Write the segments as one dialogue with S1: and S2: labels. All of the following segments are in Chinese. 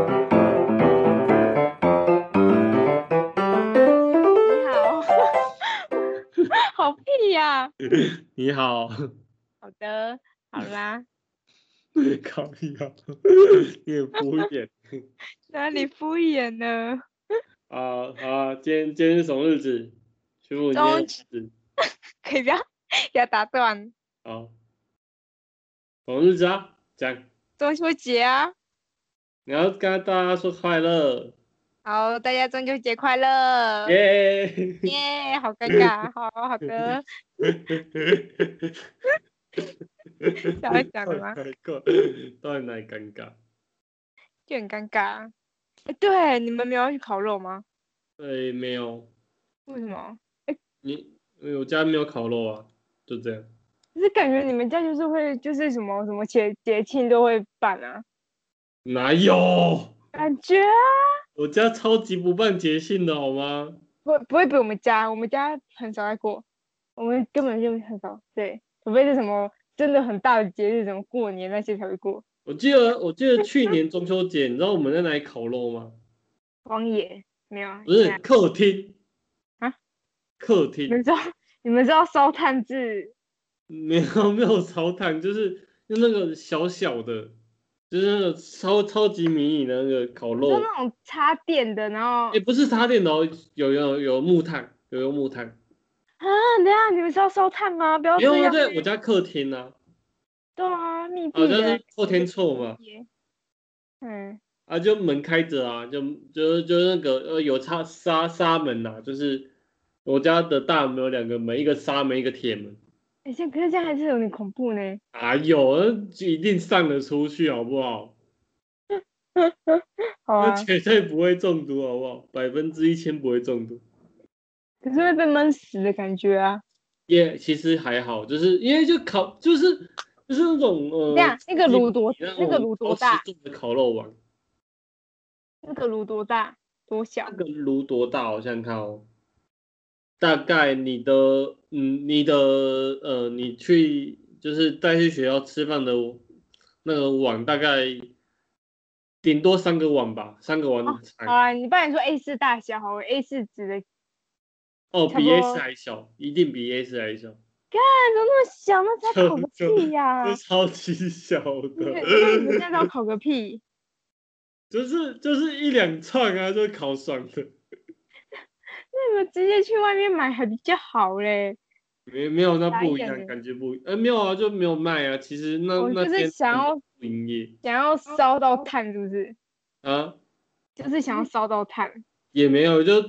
S1: 好屁呀、
S2: 你好，
S1: 好的，好 啦，
S2: 靠呀，你很敷衍
S1: 哪里敷衍呢？
S2: 啊！好啊，今天今天是什么日子？徐父，你今天是什么日子
S1: 可以不要不要打断。
S2: 好，什么日子啊？讲，
S1: 中秋节啊，
S2: 你要跟大家说快乐，
S1: 好，大家中秋节快乐！耶
S2: 耶、
S1: 好尴尬，好好 的， 想要讲 的吗？
S2: 太尴当然来尴尬。
S1: 就很尴尬。哎，对，你们没有要去烤肉吗？
S2: 对，哎没有，
S1: 为什么？
S2: 你哎我家没有烤肉啊，就这样。
S1: 就是感觉你们家就是会就是什么什么节节庆都会办啊，
S2: 哪有？
S1: 感觉啊
S2: 我家超级不办节庆的好吗？
S1: 不不会比我们家，我们家很少在过，我们根本就很少，对，除非是什么真的很大的节日，什么过年那些才会过。
S2: 我记得我记得去年中秋节，你知道我们在哪里烤肉吗？
S1: 荒野没有啊，
S2: 不是
S1: 现在
S2: 客厅
S1: 啊，
S2: 客
S1: 你
S2: 厅
S1: 们知道你们知道烧炭制
S2: 没有 没有烧炭，就是就那个小小的，就是那个超超级迷你的那个烤
S1: 就
S2: 肉，
S1: 那种插电的，然后
S2: 也、不是插电的哦，有有有木炭，有用木炭，
S1: 啊，等一下你们是要烧炭吗？不要
S2: 没有
S1: 这
S2: 没有
S1: 样
S2: 在
S1: 子，
S2: 我家客厅啊，
S1: 对啊，密
S2: 好
S1: 闭
S2: 像
S1: 的
S2: 是后天臭嘛，
S1: 耶。嗯，
S2: 啊，就门开着啊，就就就那个呃有插纱纱门呐、就是我家的大门有两个门，一个纱门，一个铁门。
S1: 哎、现可是这样还是有点恐怖呢。
S2: 啊有，那一定上得出去好不好？
S1: 好啊
S2: 那，绝对不会中毒好不好？百分之一千不会中毒。
S1: 可是会被闷死的感觉啊。
S2: 也、其实还好，就是因为就烤，就是就是那种
S1: 这
S2: 呃，
S1: 样那个
S2: 你
S1: 炉多
S2: 你让
S1: 那个
S2: 我
S1: 炉
S2: 超
S1: 多
S2: 时
S1: 大？
S2: 重的烤肉王，
S1: 那个炉多大？多小
S2: 那？个炉多大？我想想看哦，大概你的，嗯，你的，呃，你去就是带去学校吃饭的那个碗，大概顶多三个碗吧，三个碗
S1: 哦
S2: 长
S1: 好啦，你不然说 A 4大小好了，A 4纸的，
S2: 哦，
S1: 差
S2: 比
S1: 不
S2: A
S1: 多
S2: 四还小，一定比 A 四还小，
S1: 那怎么那么小？那才
S2: 就
S1: 烤个
S2: 就
S1: 屁 呀、
S2: 这超级小
S1: 你
S2: 的
S1: 们，那你们那要烤个屁？
S2: 就是就是一两串啊，就烤爽的，
S1: 那你们直接去外面买还比较好嘞。
S2: 没没有那
S1: 傻
S2: 不一
S1: 眼
S2: 样，
S1: 欸
S2: 感觉不一，呃，没有啊，就没有卖啊，其实那
S1: 我
S2: 那嗯
S1: 就是
S2: 天
S1: 想
S2: 根本
S1: 要
S2: 不营业
S1: 想要烧到炭是不是？
S2: 啊，
S1: 就是想要烧到炭。
S2: 也没有，就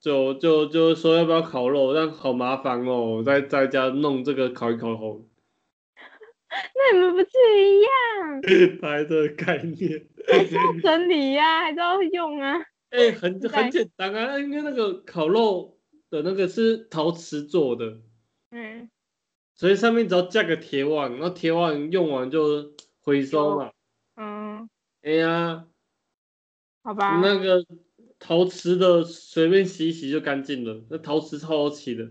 S2: 就就就说要不要烤肉，但好麻烦哦，在在家弄这个烤一烤 红，
S1: 那你们不至于一样，
S2: 白的概 念。
S1: 还是 要整理呀、还是要用啊。
S2: 哎、
S1: 现
S2: 很
S1: 在
S2: 很简单啊，因为那个烤肉的那个是陶瓷做的，
S1: 嗯，
S2: 所以上面只要架个铁网，然后铁网用完就回收嘛。
S1: 嗯，
S2: 哎呀，
S1: 好吧。
S2: 那个陶瓷的随便洗一洗就干净了，那陶瓷超好洗的。
S1: 那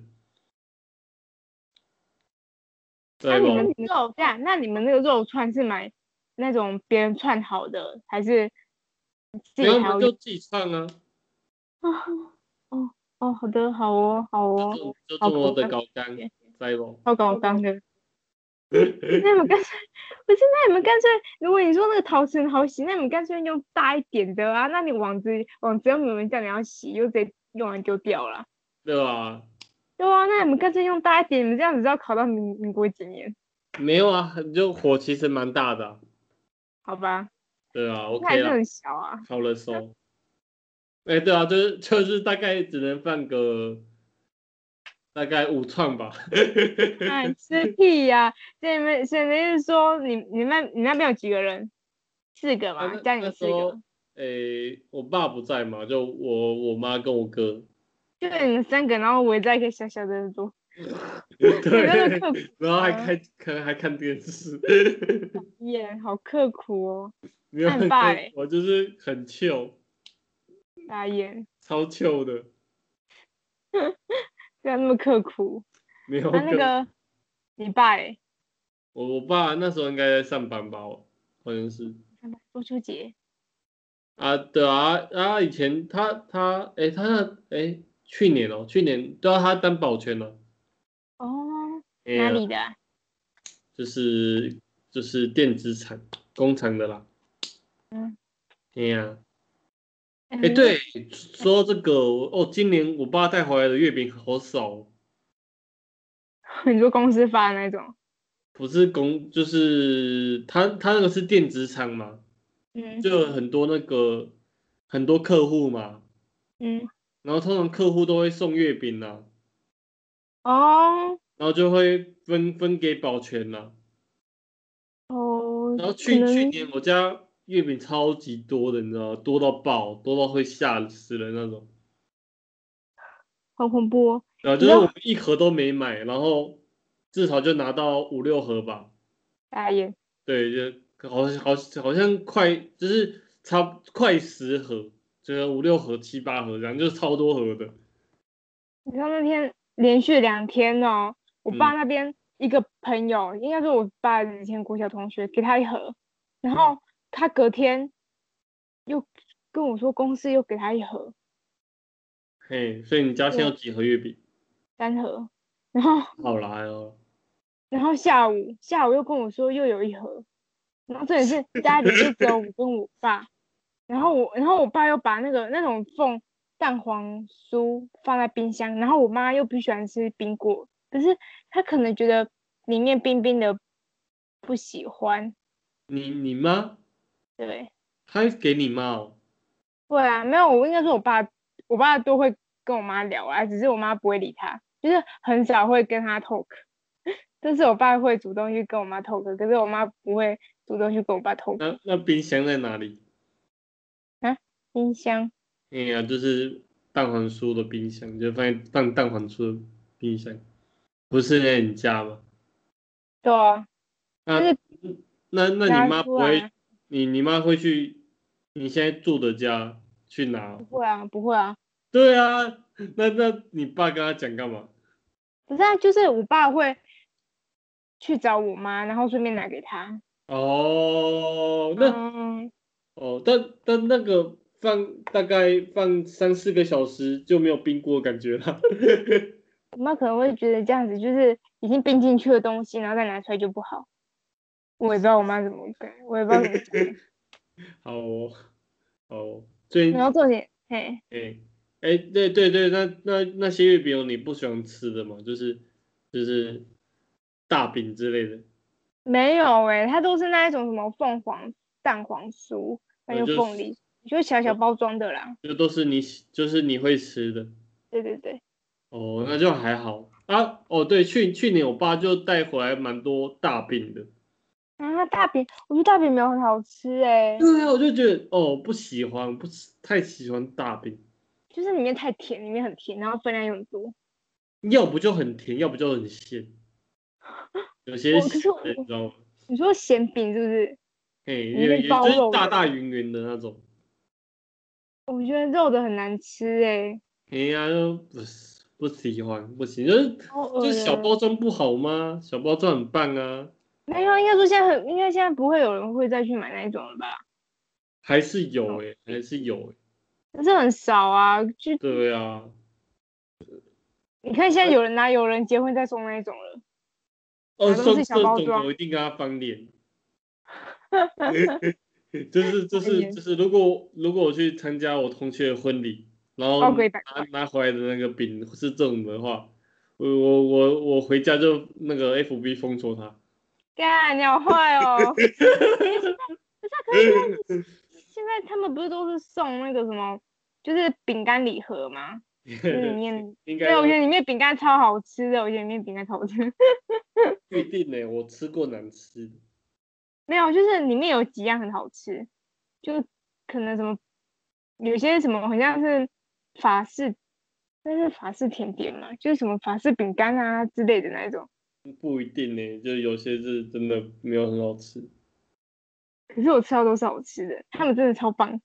S2: 对
S1: 你
S2: 吧？
S1: 们肉这样，那你们那个肉串是买那种别人串好的，还是你自己
S2: 然
S1: 还
S2: 后我
S1: 要
S2: 们就自己唱啊，
S1: 用？哦哦，好的，好哦，好
S2: 就
S1: 哦，
S2: 这就
S1: 好
S2: 这么
S1: 口
S2: 的
S1: 感
S2: 高干，在不？
S1: 好搞刚 的。那你们干脆不是？那你们干脆，如果你说那个陶瓷很好洗，那你们干脆用大一点的啊。那你网子网子又没有人叫你要洗，又直接用完丢掉了。
S2: 对吧？
S1: 对啊，那你们干脆用大一点，你们这样子是要烤到民民国几年？
S2: 没有啊，就火其实蛮大的啊、
S1: 好吧，
S2: 对啊
S1: 那还
S2: ，OK
S1: 是
S2: 啦，
S1: 很小啊。
S2: 好了收。哎、对啊，就是就是大概只能放个大概五串吧。
S1: 哎，吃屁呀、所以你们，所以你是说你你那你那边有几个人？四个
S2: 啊
S1: 嘛，
S2: 那
S1: 加你
S2: 那
S1: 们
S2: 时
S1: 四
S2: 候
S1: 个，，
S2: 哎、我爸不在嘛，就我我妈跟我哥。
S1: 就是你们三个，然后围在一个小小的桌，我觉得
S2: 对，
S1: 刻苦
S2: 然后还
S1: 啊
S2: 看，可能还看电视。
S1: 耶，好刻苦哦，
S2: 没有
S1: 那很棒
S2: 看
S1: 欸
S2: 我就是很 chill，
S1: 大雁，
S2: 超 chill 的，
S1: 不要那么刻苦。
S2: 没
S1: 那、
S2: 有跟。
S1: 那个你爸嘞，
S2: 我我爸那时候应该在上班吧，我好像是
S1: 中秋节，
S2: 啊，对啊，啊以前他他哎、他那哎、去年哦、去年对啊他当保全了、哎
S1: 哪
S2: 呀
S1: 里的啊、
S2: 就是就是电子厂工厂的啦。
S1: 嗯，
S2: 哎呀，
S1: 哎
S2: 哎，对，说到这个哦，今年我爸带回来的月饼好少哦，
S1: 很多公司发的那种，
S2: 不是工就是他他那个是电子厂嘛，
S1: 嗯
S2: 就很多那个很多客户嘛，
S1: 嗯，
S2: 然后通常客户都会送月饼啦、
S1: 哦
S2: 然后就会分分给保全啦、
S1: 哦，
S2: 然后
S1: 可
S2: 去
S1: 能
S2: 去年我家月饼超级多的，你知道吗？多到爆，多到会吓死人那种。
S1: 好恐怖、哦，
S2: 然后啊就是我们一盒都没买，然后至少就拿到五六盒吧。
S1: 大眼，
S2: 对，就好像好好像快就是差不快十盒，就是五六盒、七八盒这样，就是超多盒的。
S1: 你知道那天连续两天哦，我爸
S2: 嗯
S1: 那边一个朋友，应该是我爸以前国小同学，给他一盒，
S2: 嗯
S1: 然后他隔天又跟我说公司又给他一盒，
S2: 嘿，所以你家现
S1: 嗯
S2: 在有几盒月饼？
S1: 三盒，然后
S2: 好来哦，
S1: 然后下午下午又跟我说又有一盒，然后这也是家里就只有我跟我爸，然后我然后我爸又把那个那种凤蛋黄酥放在冰箱，然后我妈又不喜欢吃冰果，可是她可能觉得里面冰冰的不喜欢，
S2: 你你妈
S1: 对，
S2: 她给你妈哦，
S1: 对啊，没有，我应该说我爸我爸都会跟我妈聊啊，只是我妈不会理他，就是很少会跟他 talk。但是我爸会主动去跟我妈 talk，可是我妈不会主动去跟我爸 talk。
S2: 那那冰箱在哪里？
S1: 冰箱
S2: 哎呀，就是蛋黄酥的冰箱，就放在放蛋黄酥的冰箱，不是在你家吗？
S1: 对啊，
S2: 那
S1: 就是
S2: 那那
S1: 拿
S2: 你妈
S1: 出
S2: 不会
S1: 来，
S2: 你你妈会去你现在住的家去拿哦？
S1: 不会啊，不会啊，
S2: 对啊，那那你爸跟他讲干嘛？
S1: 不是啊，就是我爸会去找我妈，然后顺便拿给他。
S2: 哦，那、
S1: 嗯，
S2: 哦，但但那个放大概放三四个小时就没有冰过的感觉了。
S1: 我妈可能会觉得这样子就是已经冰进去的东西，然后再拿出来就不好。我也不知道我妈怎么跟，我也不知道怎么跟。
S2: 好哦，好哦，最近
S1: 然后重点，嘿，
S2: 哎哎，对对对，那那那些月饼有你不喜欢吃的吗？就是就是大饼之类的，
S1: 没有哎、它都是那一种什么凤凰蛋黄酥，还
S2: 嗯
S1: 有
S2: 就是
S1: 凤梨，就是小小包装的啦。
S2: 就都是你喜就是你会吃的。
S1: 对对对，
S2: 哦，那就还好啊。哦，对，去去年我爸就带回来蛮多大饼的。
S1: 然后大饼，我觉得大饼没有很好吃哎、
S2: 对啊，我就觉得哦，不喜欢，不喜太喜欢大饼，
S1: 就是里面太甜，里面很甜，然后分量又很多。
S2: 要不就很甜，要不就很咸。有
S1: 哦
S2: 些
S1: 我可是
S2: 咸
S1: 我
S2: 的你知道吗？
S1: 你说咸饼是不是？
S2: 嘿，
S1: 我
S2: 也
S1: 是
S2: 也
S1: 包欸
S2: 就是
S1: 肉
S2: 大
S1: 的
S2: 大圆圆的那种。
S1: 我觉得肉的很难吃哎、
S2: 哎呀，就不是不喜欢，不行，就是
S1: 好恶
S2: 就是小
S1: 哦
S2: 包装不好吗？小包装很棒啊，
S1: 没有，应该说现在很，应该现在不会有人会再去买那一种了吧？
S2: 还是有哎、还是有哎、
S1: 但是很少啊，就
S2: 对啊，
S1: 你看现在有人拿有人结婚再送那一种了。
S2: 哦，
S1: 啊都
S2: 送
S1: 是
S2: 这
S1: 小包
S2: 种
S1: 装
S2: 我一定跟他 翻脸。就是就
S1: 翻
S2: 是
S1: 脸
S2: 就是，如果如果我去参加我同学的婚礼，然后
S1: 包个100
S2: 拿拿回来的那个饼是这种的话，我我我我回家就那个 FB 封 锁他。
S1: 干，你好坏 哦！可是现在不是啊，可是现在现在他们不是都是送那个什么，就是饼干礼盒吗？就是里面，
S2: 应
S1: 对，我觉
S2: 该
S1: 得里面饼干超好吃的，我觉得里面饼干超好吃。
S2: 不一定呢、我吃过难吃的。
S1: 没有，就是里面有几样很好吃，就可能什么有些什么好像是法式，那是法式甜点嘛，就是什么法式饼干啊之类的那一种。
S2: 不一定呢、就有些是真的没有很好吃。
S1: 可是我吃到都是好吃的，他们真的超棒。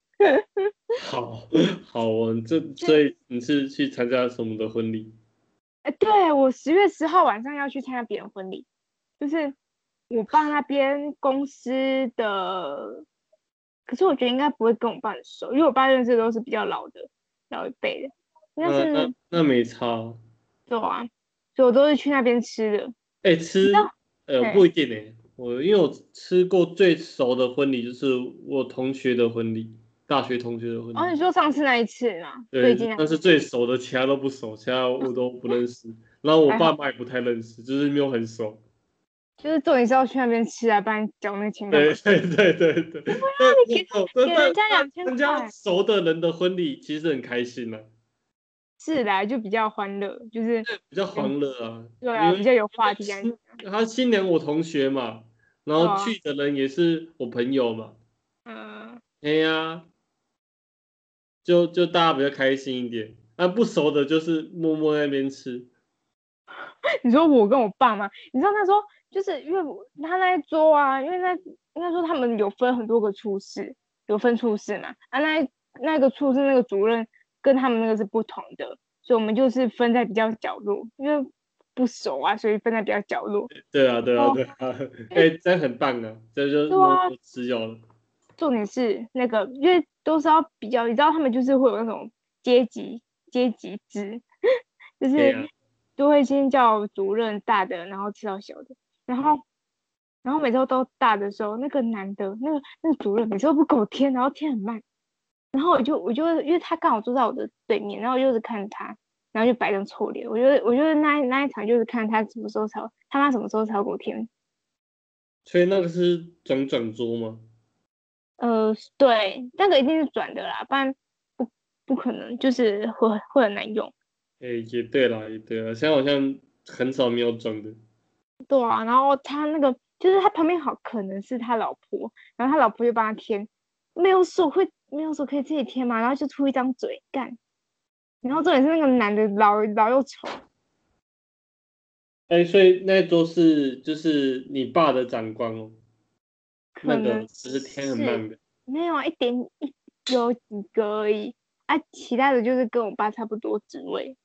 S2: 好，好哦，这所以你是去参加什么的婚礼？
S1: 哎，对，我十月十号晚上要去参加别人婚礼，就是我爸那边公司的，可是我觉得应该不会跟我爸很熟，因为我爸认识的都是比较老的老一辈的，但
S2: 那
S1: 是啊
S2: 那那没差。
S1: 对啊，所以我都是去那边吃的。
S2: 哎、哎、吃
S1: 知道，
S2: 呃，
S1: 嘿
S2: 不一定哎、我因为我吃过最熟的婚礼就是我同学的婚礼，大学同学的婚礼。
S1: 哦，你说上次那一次嘛，最
S2: 对
S1: 近啊哦那，
S2: 那是最熟的，其他都不熟，其他我都不认识。然后我
S1: 还
S2: 爸妈也不太认识，就是没有很熟。
S1: 就是重点是要去那边吃啊，不然交那个钱干嘛
S2: 对对 对对对。
S1: 啊你给
S2: 但
S1: 给
S2: 但
S1: 人家
S2: 但
S1: 2000
S2: 人家
S1: 块啊
S2: 熟的人的婚礼其实很开心啊，
S1: 是的啊，就比较欢乐，就是
S2: 比较欢乐啊。
S1: 对啊，
S2: 因为
S1: 比较有话题感。
S2: 新他新娘我同学嘛，然
S1: 哦
S2: 后去的人也是我朋友嘛。
S1: 嗯，
S2: 哎呀、就就大家比较开心一点。啊，不熟的就是默默在那边吃。
S1: 你说我跟我爸妈，你知道那时候就是因为我他那一桌啊，因为那应该说他们有分很多个处室，有分处室嘛，啊那一那个处室那个主任跟他们那个是不同的，所以我们就是分在比较角落，因为不熟啊，所以分在比较角落。
S2: 对啊，对啊，
S1: 哦
S2: 对啊。哎、这样很棒啊，这样就是
S1: 对啊
S2: 默默吃就好了。
S1: 重点是那个，因为都是要比较，你知道他们就是会有那种阶级阶级制， 就
S2: 对
S1: 是
S2: 啊
S1: 就会先叫主任大的，然后吃到小的，然后然后每次都大的时候，那个男的那个那个主任每次都不给我添，然后添很慢，然后我就我就因为他刚好坐在我的对面，然后我就是看他，然后就摆张臭脸，我觉得我觉得那一那一场就是看他什么时候才他妈什么时候才要给我添，
S2: 所以那个是转转桌吗？
S1: 呃，对，那个一定是转的啦，不然不不可能，就是会会很难用。
S2: 哎、也对啦，也对啦，现在好像很少没有转的。
S1: 对啊，然后他那个就是他旁边好可能是他老婆，然后他老婆就帮他填，没有手会没有手可以自己填嘛，然后就出一张嘴干，然后重点是那个男的老老又丑，
S2: 哎、所以那一桌是就是你爸的长官哦，
S1: 可
S2: 那个
S1: 能
S2: 就是天很慢的。
S1: 没有啊，一点一有几个而已啊，其他的就是跟我爸差不多职位，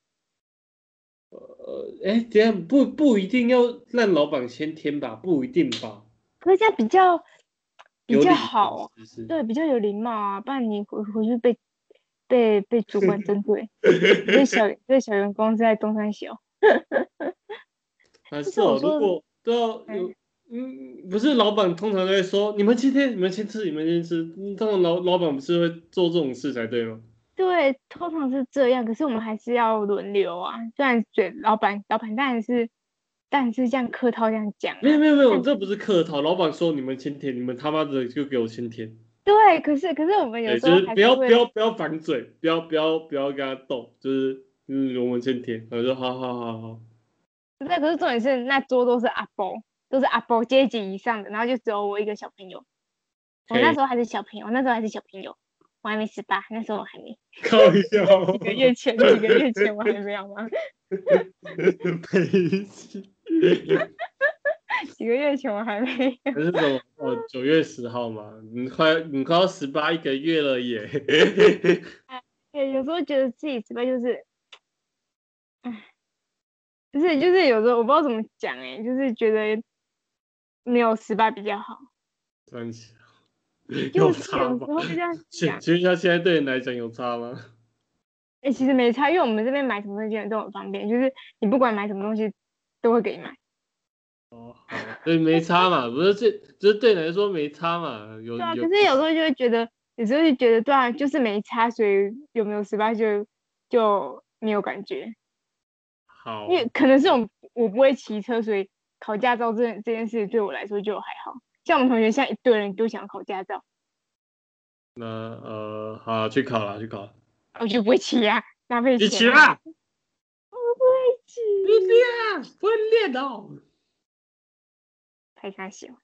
S2: 呃，哎、等一下不不一定要让老板先添吧，不一定吧，
S1: 可是这样比较比
S2: 有
S1: 较
S2: 礼貌
S1: 好啊。
S2: 是不是？
S1: 对，比较有礼貌啊，不然你回回去被被被主管针 对，对小对小员工是在东山小，
S2: 还
S1: 就是是我
S2: 哦，如
S1: 说哎
S2: 果对啊，有嗯，不是老板通常都会说，你们今天你们先吃，你们先吃。嗯通常老老板不是会做这种事才对吗？
S1: 对，通常是这样，可是我们还是要轮流啊。虽然嘴老板老板当然是，但是这样客套这样讲啊、
S2: 没有没有没有，这不是客套。老板说你们先填，你们他妈的就给我先填。
S1: 对，可是可是我们有
S2: 对，
S1: 时
S2: 就
S1: 候
S2: 是
S1: 还
S2: 不要不
S1: 会
S2: 要不要反嘴，不要不要不要跟他斗，就是嗯，我们先填。我说好好好好，
S1: 对，可是重点是那桌都是阿伯，都是阿伯阶级以上的，然后就只有我一个小朋友。我那
S2: 嘿
S1: 时候还是小朋友，我那时候还是小朋友，我还没十八，那时候我还没
S2: 靠一下，
S1: 几个月前，几个月前我还没有吗？
S2: 赔死。
S1: 几个月前我还没有，
S2: 还是什么？哦，九月十号嘛，你快你快要十八一个月了耶。
S1: 对，有时候觉得自己直播就是，唉，就是就是有时候我不知道怎么讲哎、就是觉得没有失败比较好，
S2: 三 小，
S1: 就
S2: 有
S1: 是有时
S2: 差
S1: 候
S2: 吗？
S1: 会这样
S2: 请
S1: 讲，
S2: 请问一下，现在对你来讲有 差吗？
S1: 哎、其实没差，因为我们这边买什么东西都很方便，就是你不管买什么东西都会给你买，
S2: 哦，好，对，没差嘛，不是这，就是对你来说没差嘛，有
S1: 对啊，可
S2: 嗯有
S1: 是有时候就会觉得，有时候就觉得对啊，就是没差，所以有没有失败就就没有感觉，
S2: 好
S1: 因，为可能是我我不会骑车，所以考驾照这这件事对我来说就还好。像我们同学现在一堆人都想考驾照，
S2: 那呃，好，去考了，去考了，
S1: 我就不会骑啊， 浪费
S2: 你
S1: 钱。
S2: 起吧，
S1: 我不会骑，
S2: 你练，不会练哦。
S1: 太开心了。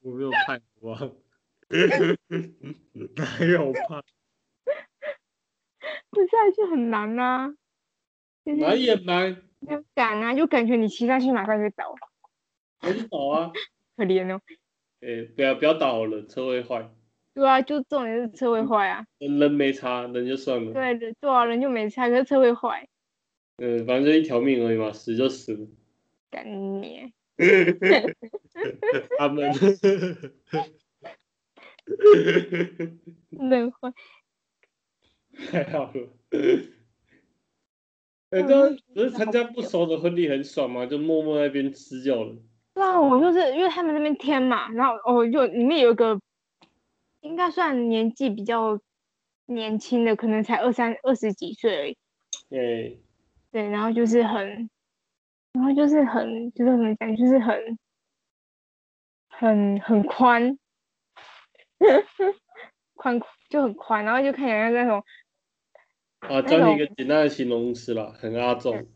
S2: 我没有怕，我 哪有怕？
S1: 不是啊，就很难呐、就
S2: 哪
S1: 是
S2: 也难，
S1: 没有敢啊，就感觉你骑上去马上就倒，
S2: 我就倒啊。
S1: 可怜哦。
S2: 哎，不要不要倒了，车会坏，
S1: 对啊，就重点是车会坏啊。
S2: 人人没差，人就算了。
S1: 对的，对啊，人就没差，可是车会坏，
S2: 嗯，反正就一条命而已嘛，死就死了。
S1: 干你！
S2: 他们，
S1: 人坏。
S2: 太好了。
S1: 嗯
S2: 哎，但不是参加不熟的婚礼很爽吗？就默默在那边吃掉了。
S1: 对啊，我就是因为他们那边添嘛，然后哦，就里面有一个应该算年纪比较年轻的，可能才二三二十几岁而已。
S2: 哎，
S1: 对，然后就是很，然后就是很，就是怎么讲，就是很，很很宽，宽就很宽，然后就看起来像那种
S2: 啊，教你一个简单的形容词啦，
S1: 哎
S2: 很阿重。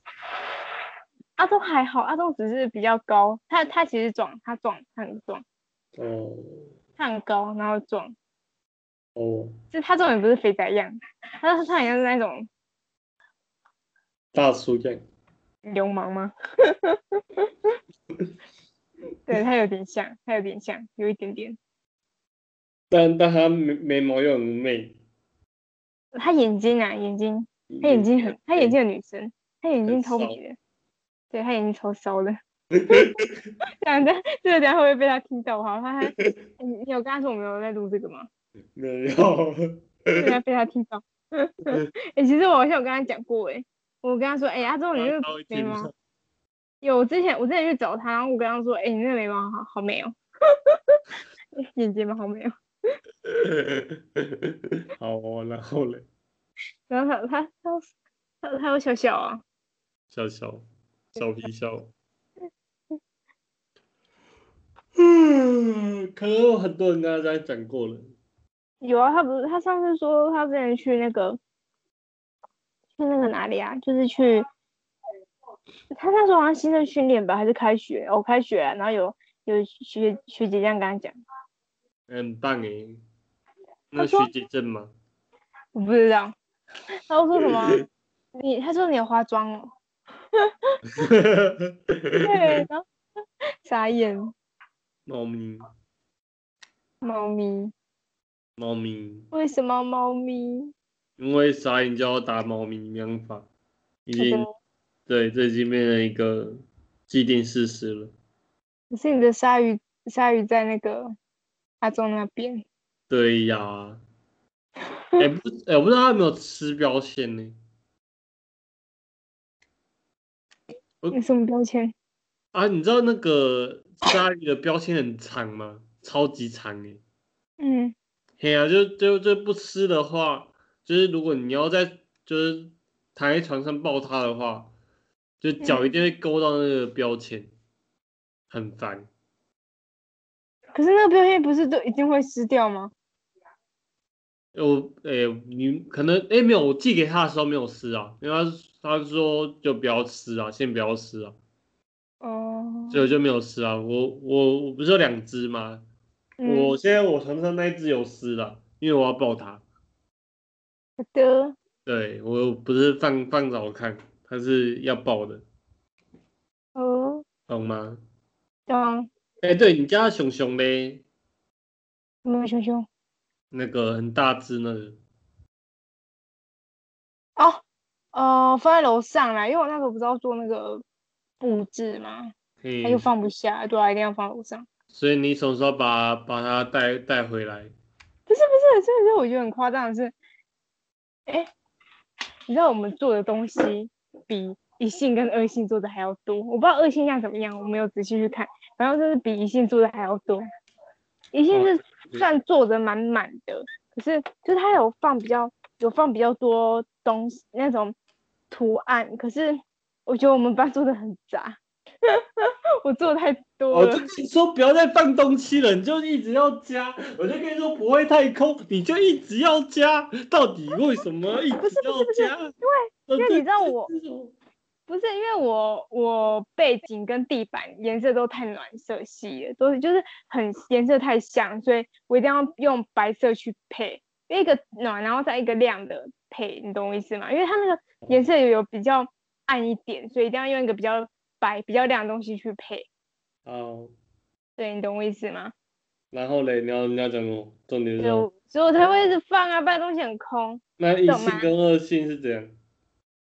S1: 阿忠还好，阿忠只是比较高，他他其实壮，他壮，他很壮，嗯
S2: 哦
S1: 他很高，然后壮，
S2: 哦，
S1: 就他这种也不是肥宅样，他他好像是那种
S2: 大叔样。
S1: 流氓吗？ 对他有点像，他有点像，有一点点。
S2: 但但他眉眉毛又很媚，
S1: 他眼睛啊，眼睛，他眼睛很，他眼睛很女生，他眼睛超美的，对他眼睛超骚 的。讲的这个等下会不会被他听到？我好 怕他。你你有跟他说我们有在录这个吗？
S2: 没有，
S1: 对啊，被他听到。哎、 其实我好像有跟他讲过、欸，哎，我跟他说，哎、阿忠你那个
S2: 他会
S1: 眉
S2: 听
S1: 毛
S2: 吗，
S1: 有，我之前我之前去找他，然后我跟他说，哎、你那个眉毛好好美哦， 眼睫毛好美哦。
S2: 好哦，然后嘞，
S1: 然后他他他他他有笑笑啊，
S2: 笑笑，小皮笑。嗯，可能有很多人跟大家讲过了。
S1: 有啊，他不是他上次说他之前去那个去那个哪里啊，就是去他那时候好像新生训练吧，还是开学哦，开学啊、然后有有学学姐这样跟他讲，
S2: 很棒诶。那
S1: 他说
S2: 学姐正吗？
S1: 我不知道，他又说什么 你他说你有化妆哦，对，然后傻眼
S2: 猫咪，
S1: 猫咪，
S2: 猫咪，
S1: 为什么猫咪？
S2: 因为傻眼就要打猫咪娘法，已
S1: 我
S2: 经
S1: 的
S2: 对，这已经变成一个既定事实了。
S1: 可是你的鲨鱼鲨鱼在那个阿忠那边，
S2: 对呀，哎、不，哎、我不知道他有没有吃标签呢？
S1: 有什么标签？
S2: 啊，你知道那个鲨鱼的标签很长吗？超级长哎。
S1: 嗯。
S2: 嘿呀、啊，就就就不吃的话，就是如果你要在就是躺在床上抱它的话，就脚一定会勾到那个标签，很烦。
S1: 可是那个标签不是都一定会撕掉吗？
S2: 我诶、你可能诶、没有，我寄给他的时候没有撕啊，因为他他说就不要吃啊，先不要吃啊，
S1: 哦、
S2: 所以我就没有撕啊。我我我不是有两只吗？
S1: 嗯
S2: 我现在我床上那一只有撕了，因为我要抱它。
S1: 好的，
S2: 对我不是放放着我看，它是要抱的，
S1: 哦，
S2: 懂吗？
S1: 懂，
S2: 哎、对你家的熊熊嘞，
S1: 没有熊熊
S2: 那个很大只那个，
S1: 哦，呃，放在楼上啦，因为我那时候不是要做那个布置嘛，
S2: 嘿
S1: 他，就放不下，对啊，一定要放楼上。
S2: 所以你什么时候把把它带带回来？
S1: 不是不是，这个是我觉得很夸张的是，哎、你知道我们做的东西比一性跟二性做的还要多，我不知道二性像怎么样，我没有仔细去看，然后就是比一性做的还要多。一性是
S2: 对
S1: 算做的满满的，可是就是它有放比较有放比较多东西那种图案，可是我觉得我们班做的很杂， 我做的太多
S2: 我
S1: 了
S2: 哦就。跟你说不要再放东西了，你就一直要加。我就跟你说不会太空，你就一直要加。到底为什么一
S1: 不
S2: 直
S1: 是不
S2: 要
S1: 是不是
S2: 加？
S1: 因为
S2: 呃
S1: 你知道我
S2: 这这种
S1: 不是因为我我背景跟地板颜色都太暖色系了，都是就是很颜色太像，所以我一定要用白色去配，因为一个暖，然后再一个亮的配，你懂我意思吗？因为它那个颜色有比较暗一点，所以一定要用一个比较白、比较亮的东西去配。
S2: 好，
S1: 对，你懂我意思吗？
S2: 然后嘞，你要你要讲什么？重点
S1: 所
S2: 是什
S1: 以
S2: 么
S1: 我所以我才会一直放啊，不然东西很空。
S2: 那一
S1: 懂
S2: 性
S1: 吗
S2: 跟二性是怎样？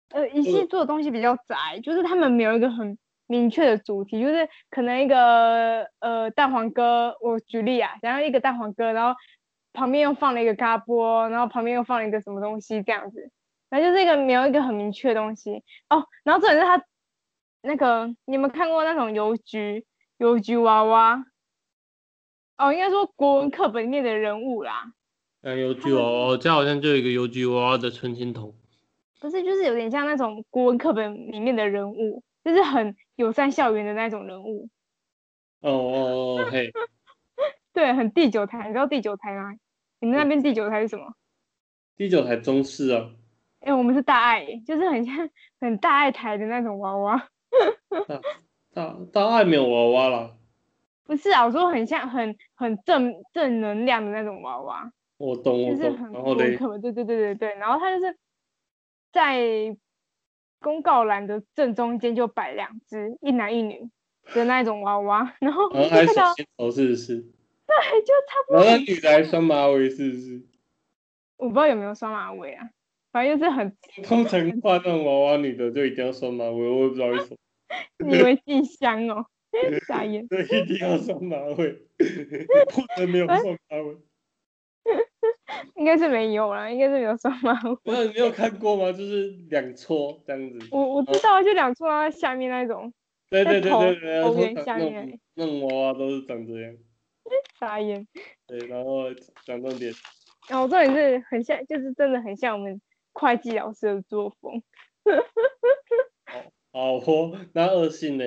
S1: 呃，一
S2: 呃
S1: 系做的东西比较杂，就是他们没有一个很明确的主题，就是可能一个呃蛋黄哥，我举例啊，然后一个蛋黄哥，然后旁边又放了一个嘎波，然后旁边又放了一个什么东西这样子，反正就是一个没有一个很明确的东西哦。然后重点是他那个，你有没有看过那种邮局邮局娃娃？哦，应该说国文课本里面的人物啦，
S2: 像邮局娃娃，我家好像就有一个邮局娃娃的存钱筒。
S1: 不是，就是有点像那种国文课本里面的人物，就是很友善校园的那种人物，
S2: 哦哦哦，嘿，
S1: 对，很第九台。你知道第九台吗？你们那边第九台是什么？
S2: 第九台中式啊，
S1: 哎、我们是大爱耶，就是很像很大爱台的那种娃娃。
S2: 大大爱没有娃娃啦，
S1: 不是啊，我说很像很很正正能量的那种娃娃，
S2: 我懂
S1: 就
S2: 我
S1: 是
S2: 懂
S1: 很。
S2: 然后
S1: 国文
S2: 嘞，
S1: 课本，对对对对对。然后他就是在公告栏的正中间就摆两只一男一女的那种娃娃，然后
S2: 然后
S1: 就
S2: 还
S1: 看
S2: 手
S1: 到
S2: 牵手是不是？
S1: 对，就差不
S2: 然
S1: 多
S2: 后那女的还双马尾是不是？
S1: 我不知道有没有双马尾啊，反正就是很
S2: 通常 画那种娃娃女的就一定要双马尾，我也不知道为什么，
S1: 你以为静香哦，傻眼。
S2: 就一定要双马尾，不能没有
S1: 哎
S2: 双马尾。
S1: 应该是没有啦，应该是没有双马尾。
S2: 不是你有看过吗？就是两撮这样子。
S1: 我我知道啊，就两撮啊，下面那种
S2: 对对对
S1: 头
S2: 对对，
S1: 头
S2: 通
S1: 圆
S2: 常
S1: 下
S2: 那
S1: 面
S2: 种那种娃娃都是长这样。
S1: 傻眼。
S2: 对，然后讲重点，
S1: 然后重点是很像，就是真的很像我们会计老师的作风。
S2: 好哦， 那恶性呢？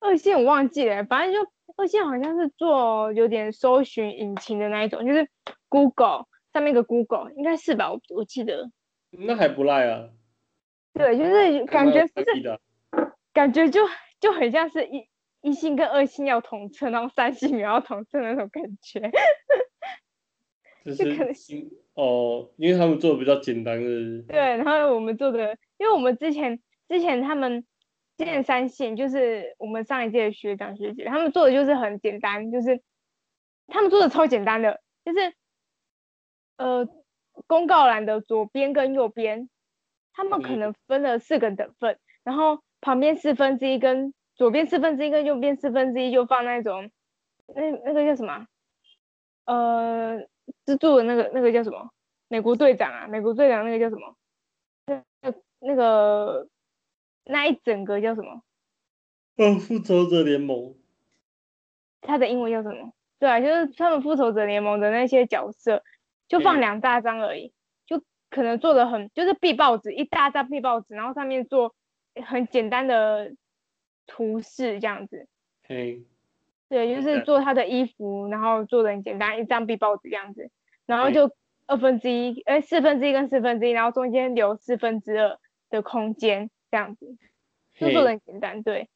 S1: 二线我忘记了，反正就二线好像是做有点搜寻引擎的那一种，就是 Google 上面一个 Google 应该是吧，我我记得。
S2: 那还不赖啊，
S1: 对，就是感觉不是
S2: 蛮有诚意的啊
S1: 感觉就就很像是一一星跟二星要同称，然后三星也要同称那种感觉。
S2: 就
S1: 这可
S2: 是新哦，因为他们做的比较简单的，
S1: 对，然后我们做的，因为我们之前之前他们之前三线就是我们上一届的学长学姐，他们做的就是很简单，就是他们做的超简单的，就是呃公告栏的左边跟右边，他们可
S2: 嗯
S1: 能分了四个等份，然后旁边四分之一跟左边四分之一跟右边四分之一就放那种那那个叫什么啊？呃，蜘蛛的那个那个叫什么？美国队长啊，美国队长那个叫什么？那那个那一整个叫什么？
S2: 哦， 复仇者联盟，
S1: 它的英文叫什么？对啊，就是他们复仇者联盟的那些角色，就放
S2: 嗯
S1: 两大张而已，就可能做的很就是壁报纸一大张壁报纸，然后上面做很简单的图示这样子。
S2: 嘿，
S1: 对，就是
S2: 对
S1: 做他的衣服，然后做的很简单，一张 B 报纸这样子，然后
S2: 对
S1: 就二分之一，哎，四分之一跟四分之一，然后中间留四分之二的空间这样子，就
S2: 嘿
S1: 做的很简单。对，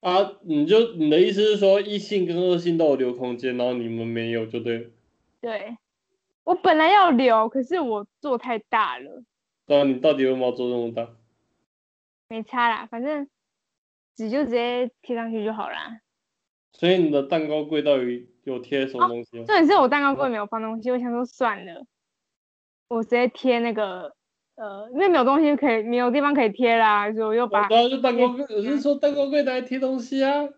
S2: 啊，你就你的意思是说一性跟二性都有留空间，然后你们没有就对了，
S1: 对，我本来要留，可是我做太大了，
S2: 然后啊你到底有没有做这么大？
S1: 没差啦，反正纸就直接贴上去就好啦。
S2: 所以你的蛋糕柜到底有贴什么东西吗？
S1: 重点是我蛋糕柜没有放东西，我想说算了，我直接贴那个，呃，因为没有东西可以，没有地方可以贴啦，所以我又把。
S2: 我知啊道，就蛋糕
S1: 嗯
S2: 柜，我是说蛋糕柜拿来贴东西啊。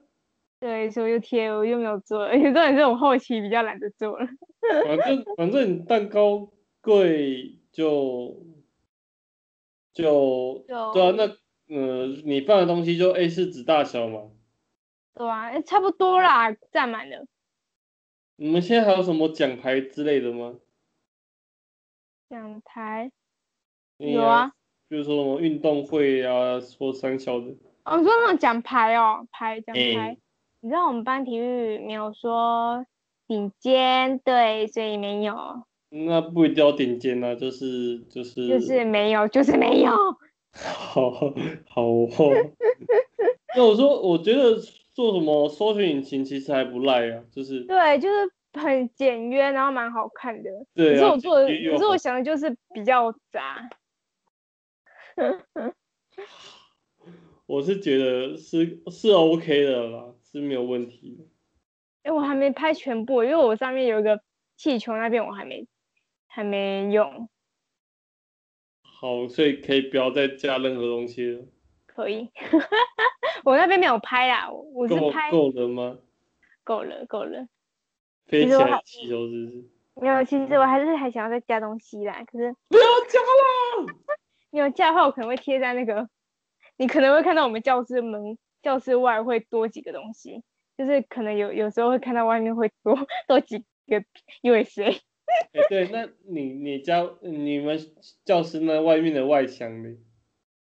S1: 对，所以我就贴，我就没有做， 而且重点是我后期比较懒得做了。
S2: 反正反正你蛋糕柜就就
S1: 就
S2: 对啊，那呃，你放的东西就 A 四纸大小嘛。
S1: 对啊，诶差不多啦，占满了。
S2: 你们现在还有什么奖牌之类的吗？
S1: 讲台
S2: 你
S1: 有啊，，
S2: 比如说什么运动会啊，说三小的。
S1: 哦，你说那种奖牌哦，牌奖
S2: 诶
S1: 牌。你知道我们班体育没有说顶尖，对，所以没有，
S2: 那不一定要顶尖啊，就是就是
S1: 就是没有，就是没有。
S2: 好好哦。 那我说，我觉得做什么搜寻引擎其实还不赖啊，就是
S1: 对，就是很简约，然后蛮好看的。可
S2: 对
S1: 是
S2: 啊，
S1: 我做的，
S2: 也有
S1: 可是我想的就是比较杂。
S2: 我是觉得是是 OK 的啦，是没有问题的。
S1: 哎、我还没拍全部，因为我上面有一个气球那边我还没还没用，
S2: 好，所以可以不要再加任何东西了，
S1: 可以。 我那边没有拍啦，我我是
S2: 够
S1: 拍
S2: 够了吗？
S1: 够了够了。
S2: 飞
S1: 其
S2: 起
S1: 实我
S2: 来
S1: 还
S2: 气球是不是？
S1: 没有，其实我还是还想要再加东西啦，可是
S2: 不要加啦！
S1: 你有架的话，我可能会贴在那个，你可能会看到我们教室门、教室外会多几个东西，就是可能有有时候会看到外面会多多几个 USA。
S2: 哎、对，那你你家你们教室那外面的外墙呢？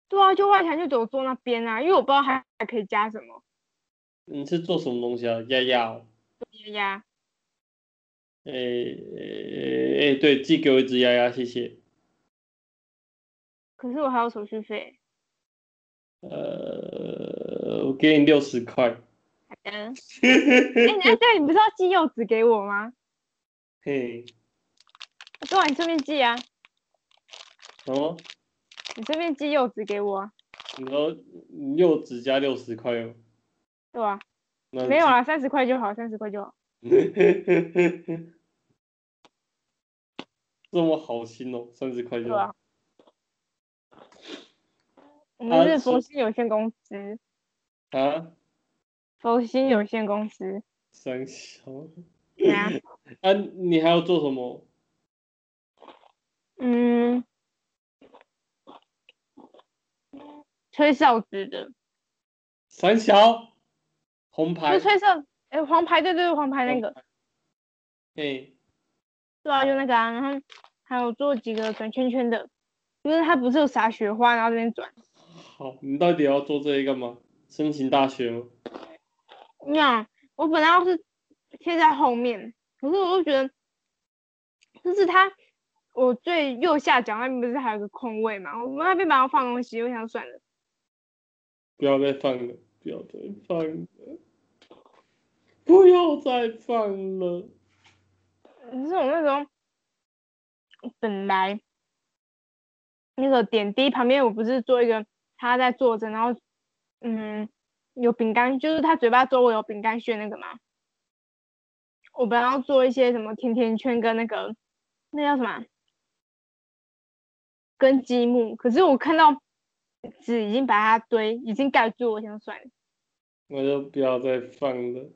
S1: 对啊，就外墙就只有坐那边啊，因为我不知道还还可以加什么
S2: 你是做什么东西啊？压压哦，
S1: 呀。
S2: 哎哎哎，对，寄给我一只鸭鸭，谢谢。
S1: 可是我还有手续费。
S2: 呃，我给你六十块。
S1: 好的。哎、你哎，对，你不是要寄柚子给我吗？
S2: 嘿，
S1: 对啊，你顺便寄啊，
S2: 什么？
S1: 你顺便寄柚子给我啊，
S2: 你说你柚子加六十块哦？
S1: 对吧、
S2: 那
S1: 没有啊啦，三十块就好，三十块就好。
S2: 这么好心哦，三十块就
S1: 对啊
S2: 好。
S1: 我们
S2: 啊
S1: 是
S2: 是
S1: 佛心有限公司，
S2: 啊，
S1: 佛心有限公司。
S2: 三小。
S1: 对啊，
S2: 啊，你还要做什么？
S1: 嗯，吹哨子的，
S2: 三小，红
S1: 就
S2: 牌
S1: 是。吹哨，哎、黄牌，对对对，黄牌那个，
S2: 嘿，
S1: 对啊，就那个啊，然后还有做几个转圈圈的，就是它不是有撒雪花，然后这边转。
S2: 好，你到底要做这些干嘛？申请大学吗？
S1: 那我本来要是贴在后面，可是我又觉得，就是它，我最右下角那边不是还有个空位嘛？我们那边本来要放东西，我想算了，
S2: 不要再放了，不要再放了，不要再放了。
S1: 可是我那时候本来那个点滴旁边，我不是做一个他在坐着，然后嗯，有饼干，就是他嘴巴周围有饼干屑那个嘛。我本来要做一些什么甜甜圈跟那个那叫什么啊跟积木，可是我看到纸已经把它堆，已经盖住，我想算了，
S2: 我就不要再放了，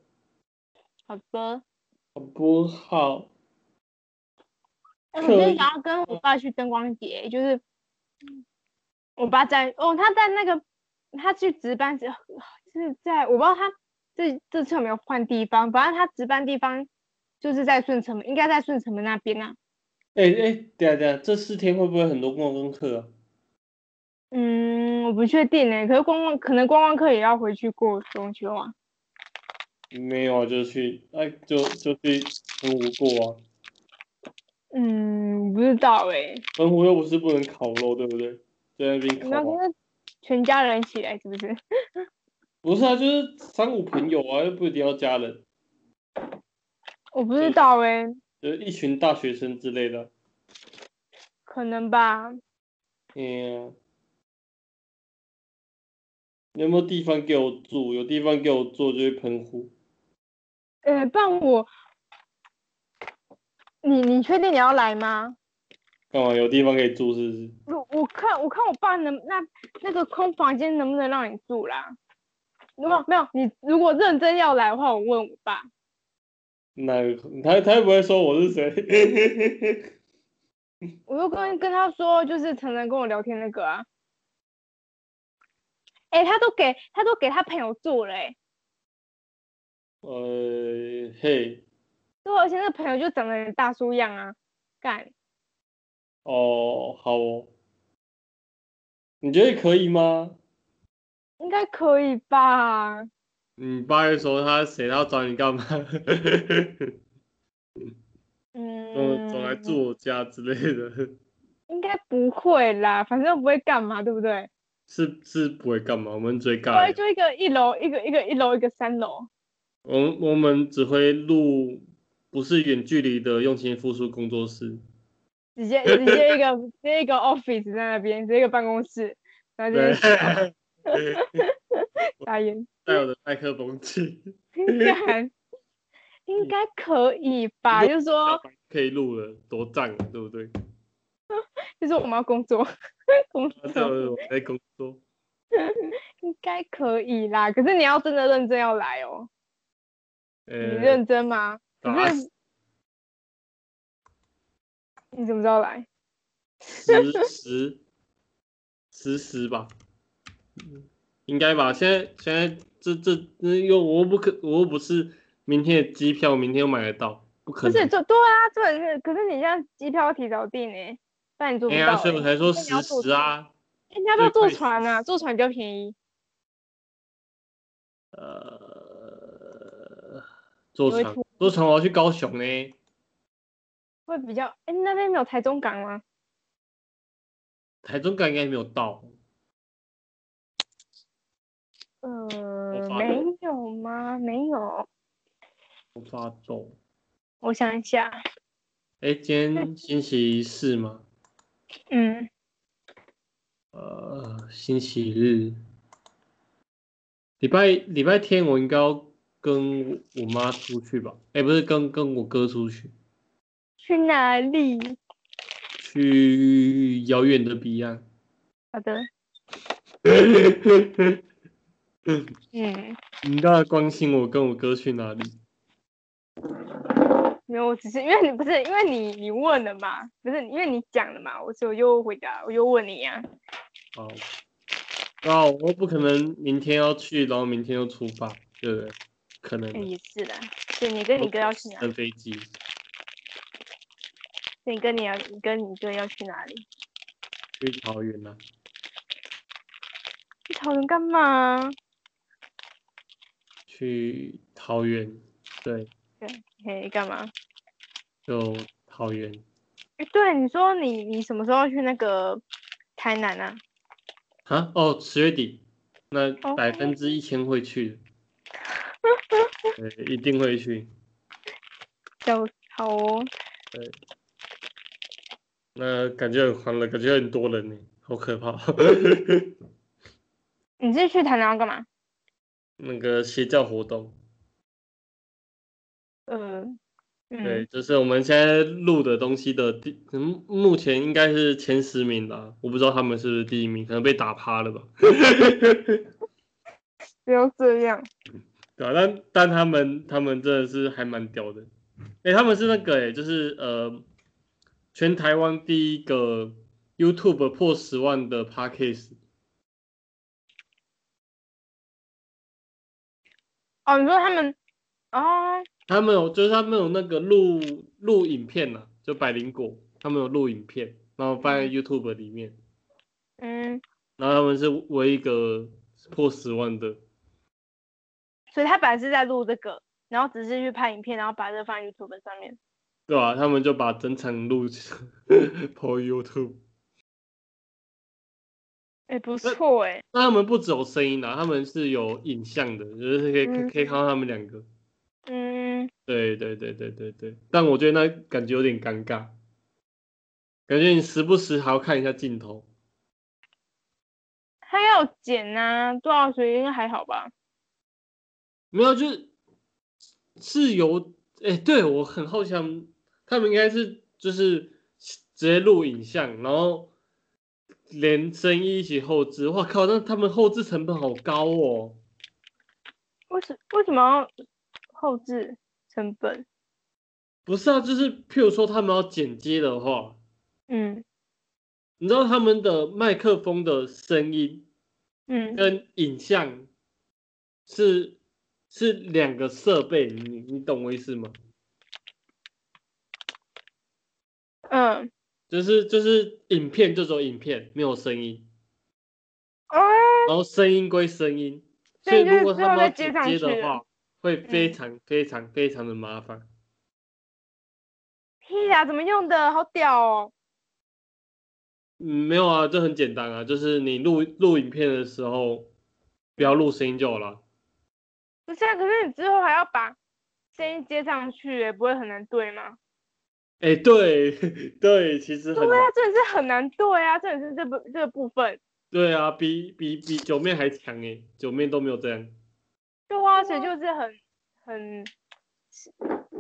S1: 好的。
S2: 好不好？
S1: 哎，我
S2: 可
S1: 今天
S2: 以嗯
S1: 想要跟我爸去灯光节，就是我爸在哦，他在那个他去值班时是在我不知道他这这次有没有换地方，反正他值班地方就是在顺城门，应该在顺城门那边啊。
S2: 哎、哎、等一下等一下，这四天会不会很多观光客啊？
S1: 嗯，我不确定呢、可是观光可能观光客也要回去过中秋啊。
S2: 没有啊，就去，哎、就就去澎湖过啊。
S1: 嗯，不知道哎、
S2: 澎湖又不是不能烤肉，对不对？在那边烤
S1: 那
S2: 啊、
S1: 是全家人一起来是不是？
S2: 不是啊，就是三五朋友啊，又不一定要家人，
S1: 我不
S2: 对
S1: 知道哎、
S2: 就是一群大学生之类的。
S1: 可能吧。
S2: 哎呀、有没有地方给我住？有地方给我住就去澎湖。
S1: 呃，不然我，你你确定你要来吗？
S2: 干嘛？有地方可以住是不是？
S1: 我我看我看我爸能那那个空房间能不能让你住啦？如果没有你如果认真要来的话，我问我爸。
S2: 那他他又不会说我是谁？
S1: 我就跟跟他说，就是常常跟我聊天那个啊。哎、他都给他都给他朋友住了、欸，
S2: 呃，嘿，
S1: 对，而且那个朋友就长得有点大叔样啊，干，
S2: 哦，好哦，你觉得可以吗？
S1: 应该可以吧？
S2: 你爸又说他是谁，他要找你干嘛？
S1: 嗯，
S2: 嗯，找来住我家之类的，
S1: 应该不会啦，反正不会干嘛，对不对？
S2: 是是不会干嘛，我们只会
S1: 对，啊
S2: 干，
S1: 就一个一楼，一个一个一楼，一个三楼。
S2: 我们我们只会录不是远距离的用心付出工作室，
S1: 直 接直接一个直接一个 office 在那边，直接一个办公室，然后
S2: 对
S1: 直， 接打烟，
S2: 带我的麦克风去，
S1: 干应该可以吧？
S2: 如
S1: 就是说，
S2: 可以录了，多赞啊，对 不对？
S1: 就是我们要工作， 工
S2: 这样
S1: 作
S2: 我在工作。
S1: 应该可以啦。可是你要真的认真要来哦，
S2: 呃，
S1: 你认真吗？
S2: 打
S1: 可是你怎么知道来？
S2: 十十十十吧，应该吧。现在现在这这这又我又不可我又不是明天的机票，明天又买得到，不可
S1: 不是
S2: 能。
S1: 就对啊，对，是可是你现在机票要提早订呢、不然你做不
S2: 哎
S1: 到、欸哎
S2: 呀，所以我才说
S1: 那你要
S2: 十
S1: 坐
S2: 十啊，
S1: 人家都
S2: 最快
S1: 坐
S2: 是
S1: 船啊，坐船比较便宜。
S2: 呃，坐
S1: 我会
S2: 船
S1: 吐
S2: 坐船我要去高雄欸呢，
S1: 会比较，哎、那边没有台中港吗？
S2: 台中港应该没有到，
S1: 呃，
S2: 发
S1: 没
S2: 抖
S1: 有吗？没有，
S2: 我发抖。
S1: 我想一下，
S2: 哎，今 天星期四吗？
S1: 嗯，
S2: 呃，星期日，礼拜礼拜天我应该要跟我我妈出去吧？哎、不是跟跟我哥出去，
S1: 去哪里？
S2: 去遥远的彼岸。
S1: 好的，嗯，
S2: 你那关心我跟我哥去哪里？
S1: 没有，我只是因为你不是因为你你问了嘛，不是因为你讲了嘛，我所以我又回答，我又问你啊呀、
S2: 好，那我不可能明天要去，然后明天就出发，对不对？可能
S1: 哎也是的，所以你跟你哥要去哪？
S2: 的飞机，
S1: 所以你跟你要你跟你哥要去哪里？
S2: 去桃园啊。
S1: 去桃园干嘛？
S2: 去桃园，对，
S1: 嘿，干嘛？
S2: 就桃园。
S1: 哎，对，你说你你什么时候要去那个台南啊？
S2: 啊，哦，十月底，那
S1: 哦
S2: 百分之一千会去的，对，一定会去。
S1: 叫好哦，
S2: 那感觉很欢乐，感觉很多人呢，好可怕。
S1: 你是去台南要干嘛？
S2: 那个邪教活动，
S1: 呃，
S2: 对，
S1: 嗯，
S2: 就是我们现在录的东西的第，嗯，目前应该是前十名吧，我不知道他们是不是第一名，可能被打趴了吧。
S1: 不要这样。
S2: 对啊，但但他们他们真的是还蛮屌的，哎、他们是那个哎、就是呃，全台湾第一个 YouTube 破十万的 Podcast，
S1: 哦，你说他们，哦，
S2: 他们有就是他们有那个录录影片呐、就百灵果他们有录影片，然后放在
S1: 嗯
S2: YouTube 里面，
S1: 嗯，
S2: 然后他们是唯一一个破十万的，
S1: 所以他本来是在录这个，然后只是去拍影片，然后把这个放在 YouTube 上面。
S2: 对吧、他们就把整场录 po YouTube。
S1: 哎，不错哎，
S2: 那他们不只有声音啊啦，他们是有影像的，就是可以、
S1: 嗯
S2: 可以看到他们两个。
S1: 嗯，
S2: 对对对对对对，但我觉得那感觉有点尴尬，感觉你时不时还要看一下镜头。
S1: 他要剪呐，多少所以应该还好吧？
S2: 没有，就是是有，哎，对我很好奇他们，他们应该是就是直接录影像，然后连声音一起后置。哇靠，那他们后置成本好高哦。
S1: 为什为什么要后置成本？
S2: 不是啊，就是譬如说他们要剪接的话，
S1: 嗯
S2: 你知道他们的麦克风的声音
S1: 嗯，
S2: 跟影像是是两个设备，你你懂我意思吗？
S1: 嗯，
S2: 就是就是影片就只有影片，没有声音，
S1: 哦，
S2: 然后声音归声音，所
S1: 所
S2: 以
S1: 以就是
S2: 如果他们要
S1: 最
S2: 剪接
S1: 后再接上去
S2: 的话，会非
S1: 嗯
S2: 常非常非常的麻烦。
S1: 屁呀，怎么用的？好屌哦！
S2: 嗯，没有啊，这很简单啊，就是你录录影片的时候，不要录声音就好了。
S1: 不是啊，可是你之后还要把声音接上去，也不会很难对吗？
S2: 哎、对 对，其实很
S1: 对
S2: 难
S1: 啊，真的是很难对啊，这也是这部这个部分。
S2: 对啊，比比比九妹还强哎、九妹都没有这样。
S1: 对啊，所以就是很很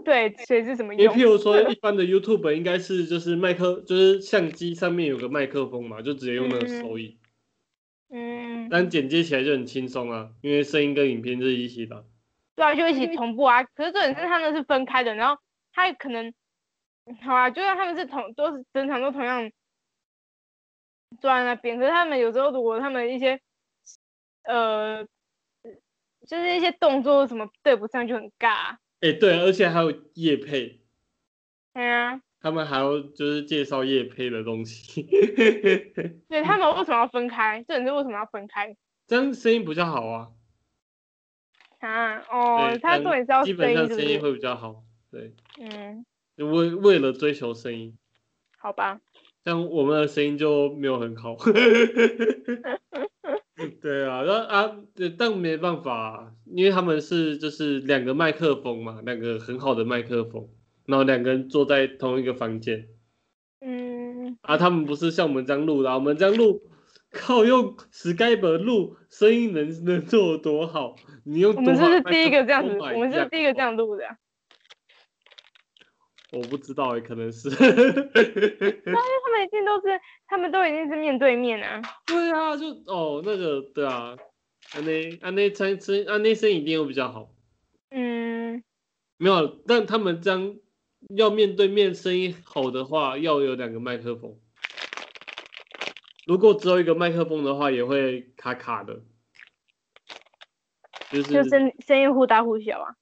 S1: 对，所以是啊什么
S2: 因为
S1: 用？
S2: 譬如说，一般的 YouTube 应该是就是麦克，就是相机上面有个麦克风嘛，就直接用那个收音，
S1: 嗯，
S2: 但剪接起来就很轻松啊，因为声音跟影片是一起的。
S1: 对啊，就一起同步啊。可是重点是他们是分开的，然后他可能好啊，就算他们是同都是整场都同样坐在那边。可是他们有时候如果他们一些呃，就是一些动作什么对不上就很尬。
S2: 哎、对，而且还有叶配，
S1: 对啊，
S2: 他们还要就是介绍叶配的东西，
S1: 对他们为什么要分开？这人是为什么要分开
S2: 这样声音比较好啊。
S1: 啊？哦
S2: 对，
S1: 他
S2: 这
S1: 重点
S2: 样
S1: 是要
S2: 基本
S1: 声
S2: 上
S1: 音，是不
S2: 声音
S1: 是？
S2: 会比较好。对，
S1: 嗯，
S2: 为为了追求声音，
S1: 好吧，
S2: 但我们的声音就没有很好。 对啊，那啊，对但没办法啊、因为他们是就是两个麦克风嘛，两个很好的麦克风，然后两个人坐在同一个房间
S1: 嗯，
S2: 啊，他们不是像我们这样录的、啊，我们这样录，靠用 Skype 录声音能能做多好？你用
S1: 我
S2: 多
S1: 们是
S2: 好
S1: 不
S2: 的
S1: 是
S2: 麦
S1: 第一
S2: 克
S1: 个这样子？
S2: 风买
S1: 我们是不是第一个这
S2: 样，
S1: 样录的啊？
S2: 我不知道哎、可 能是。
S1: 他们一定都是，他们都一定是面对面啊。
S2: 对啊，就哦那个对啊，安内安内声声安内声音一定会比较好，
S1: 嗯，
S2: 没有，但他们这样要面对面声音好的话，要有两个麦克风。如果只有一个麦克风的话，也会卡卡的，就
S1: 就是声声音忽大忽小啊。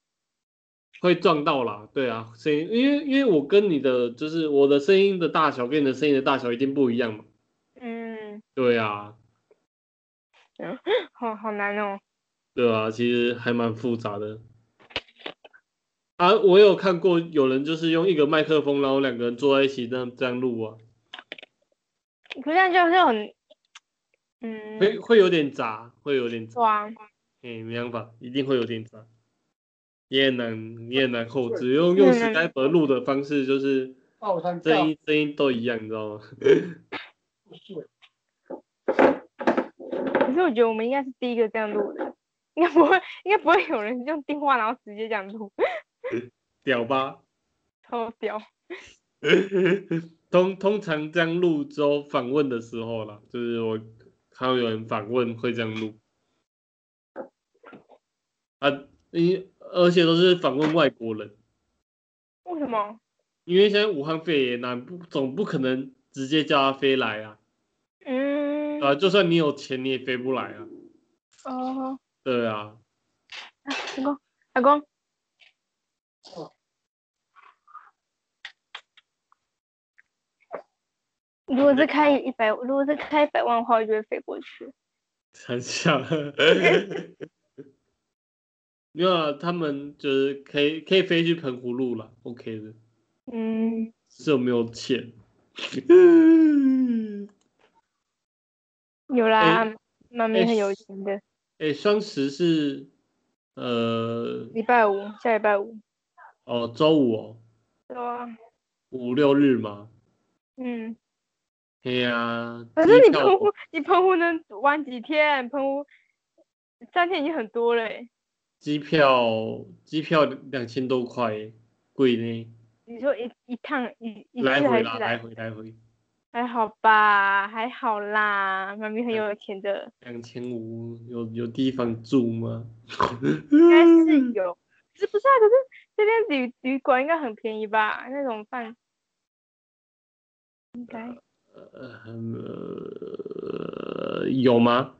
S2: 会撞到啦。对啊，声音因为因为我跟你的就是我的声音的大小跟你的声音的大小一定不一样嘛。
S1: 嗯，
S2: 对啊，
S1: 好好难哦。
S2: 对啊，其实还蛮复杂的。啊，我有看过有人就是用一个麦克风，然后两个人坐在一起这样这样录啊，
S1: 可是就是很，嗯，
S2: 会会有点杂，会有点杂，
S1: 对啊，
S2: 哎、没办法，一定会有点杂，也很难也很难后置，用用
S1: 嗯
S2: Skype 录的方式就是
S3: 爆山
S2: 声音声音都一样，你知道吗？
S1: 可是我觉得我们应该是第一个这样录的，应该不会，应该不会有人用电话然后直接这样录，
S2: 屌吧？
S1: 超屌。
S2: 通通常这样录之后访问的时候啦，就是我看到有人访问会这样录，啊，因而且都是访问外国人，
S1: 为什么？
S2: 因为现在武汉肺炎啊，不总不可能直接叫他飞来啊，
S1: 嗯，
S2: 啊，就算你有钱你也飞不来啊，
S1: 哦，
S2: 对啊，
S1: 老公，老公，如果是开一百，如果是开一百万的话，我就会飞过去。
S2: 很像， 没有啊，他们就是可以可以飞去澎湖路了，OK 的。
S1: 嗯，
S2: 是有没有 钱？
S1: 有啦
S2: 哎，
S1: 妈咪很有钱的。
S2: 哎、双十是呃
S1: 礼拜五，下礼拜五。
S2: 哦周五哦
S1: 对啊，
S2: 五六日嘛，
S1: 嗯。
S2: 哎呀、
S1: 可是啊你
S2: 机票
S1: 澎湖，你澎湖能玩几天？澎湖三天已经很多了欸。
S2: 机票机票两千多块耶，贵呢，
S1: 你说一一趟一一次
S2: 来
S1: 还
S2: 回
S1: 是
S2: 啦，来回来回
S1: 还好吧，还好啦，妈咪很有钱的，
S2: 两千五，有有地方住吗？
S1: 应该
S2: 嗯
S3: 嗯
S1: 是有。可是不是啊？可是这边旅旅馆应该很便宜吧？那种饭应该
S2: 呃，有吗？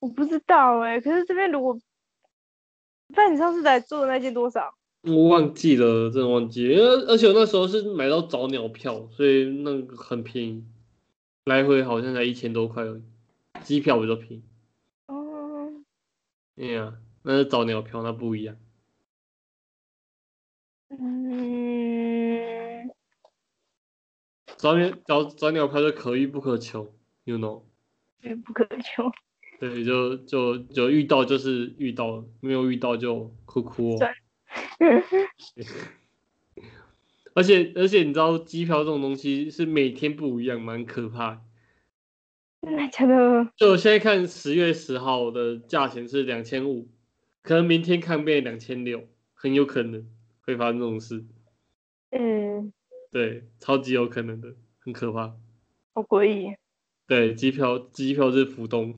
S1: 我不知道哎、可是这边如果，但你上次来做的那件多少？
S2: 我忘记了，真的忘记了，因为而且我那时候是买到早鸟票，所以那个很便宜，来回好像才一千多块而已，机票比较便宜。
S1: 哦，
S2: 哎呀，那是早鸟票，那不一样。
S1: 嗯，
S2: 早鸟早早鸟票就可遇不可求，you know。
S1: 愚不可 求，
S2: 对，就就就遇到就是遇到了，没有遇到就哭哭、哦
S1: 算。
S2: 而且而且你知道机票这种东西是每天不一样，蛮可怕的。
S1: 真的假的？
S2: 就我现在看十月十号的价钱是两千五，可能明天看变两千六，很有可能会发生这种事，
S1: 嗯，
S2: 对，超级有可能的，很可怕。
S1: 好诡异。
S2: 对，机票机票是浮动，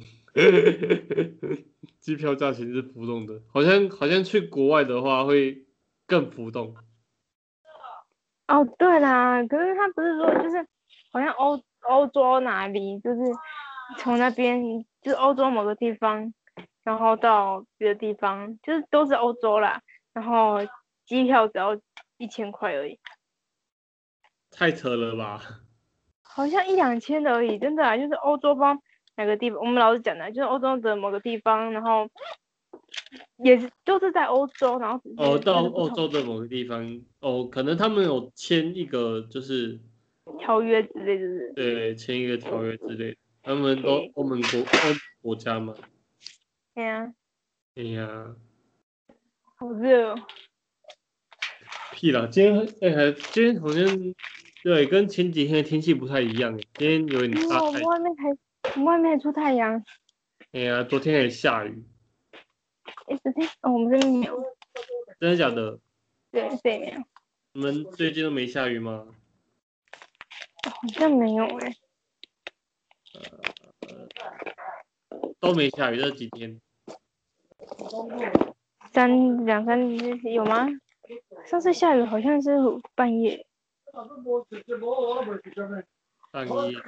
S2: 机票价钱是浮动的，好像好像去国外的话会更浮动。
S1: 哦，对啦，可是他不是说就是好像欧欧洲哪里，就是从那边就是欧洲某个地方，然后到别的地方，就是都是欧洲啦。然后机票只要一千块而已，
S2: 太扯了吧？
S1: 好像一两千的而已，真的啊，就是欧洲帮哪个地方，我们老师讲的，就是欧洲的某个地方，然后也是就是在欧洲，然后只是
S2: 哦，到
S1: 就是不
S2: 欧
S1: 同
S2: 洲的某个地方，哦，可能他们有签一个，就是
S1: 条约之类，就是
S2: 对，签一个条约之类的。他们都
S1: OK
S2: 欧盟国欧国家嘛，
S1: 对呀，
S2: 哎呀，
S1: 好热哦，
S2: 屁啦！今天哎、还今天好像对，跟前几天的天气不太一样，欸今天有
S1: 因
S2: 点
S1: 为
S2: 大
S1: 我
S2: 太
S1: 们。外面还我们外面还出太阳，
S2: 哎呀，昨天也下雨，
S1: 哎，昨天哦我们这边没有，
S2: 真的假的？
S1: 对对没有，
S2: 你们最近都没下雨吗？
S1: 好像没有哎、
S2: 都没下雨这几天，
S1: 三两三有吗？上次下雨好像是半夜，
S2: 半夜，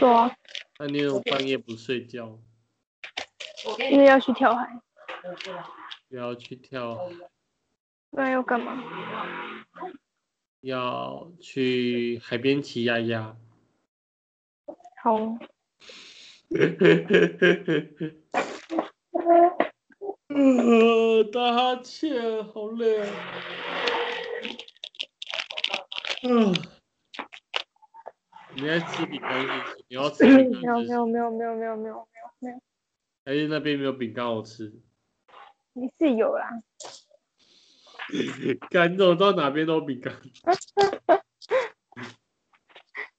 S1: 对啊，
S2: 那你有半夜不睡觉，
S1: 因为要去跳海，
S2: 不要去跳，
S1: 不然要干嘛？
S2: 要去海边骑鸭鸭。
S1: 好哦，
S2: 呃，打哈欠，好累啊。嗯、你在吃饼干是不是？你要吃饼
S1: 没有没
S2: 干是不是
S1: 有没有没有没有没有没有没有，
S2: 还是那边没有饼干好吃？
S1: 你是有啦，
S2: 干，你怎么到哪边都有饼干？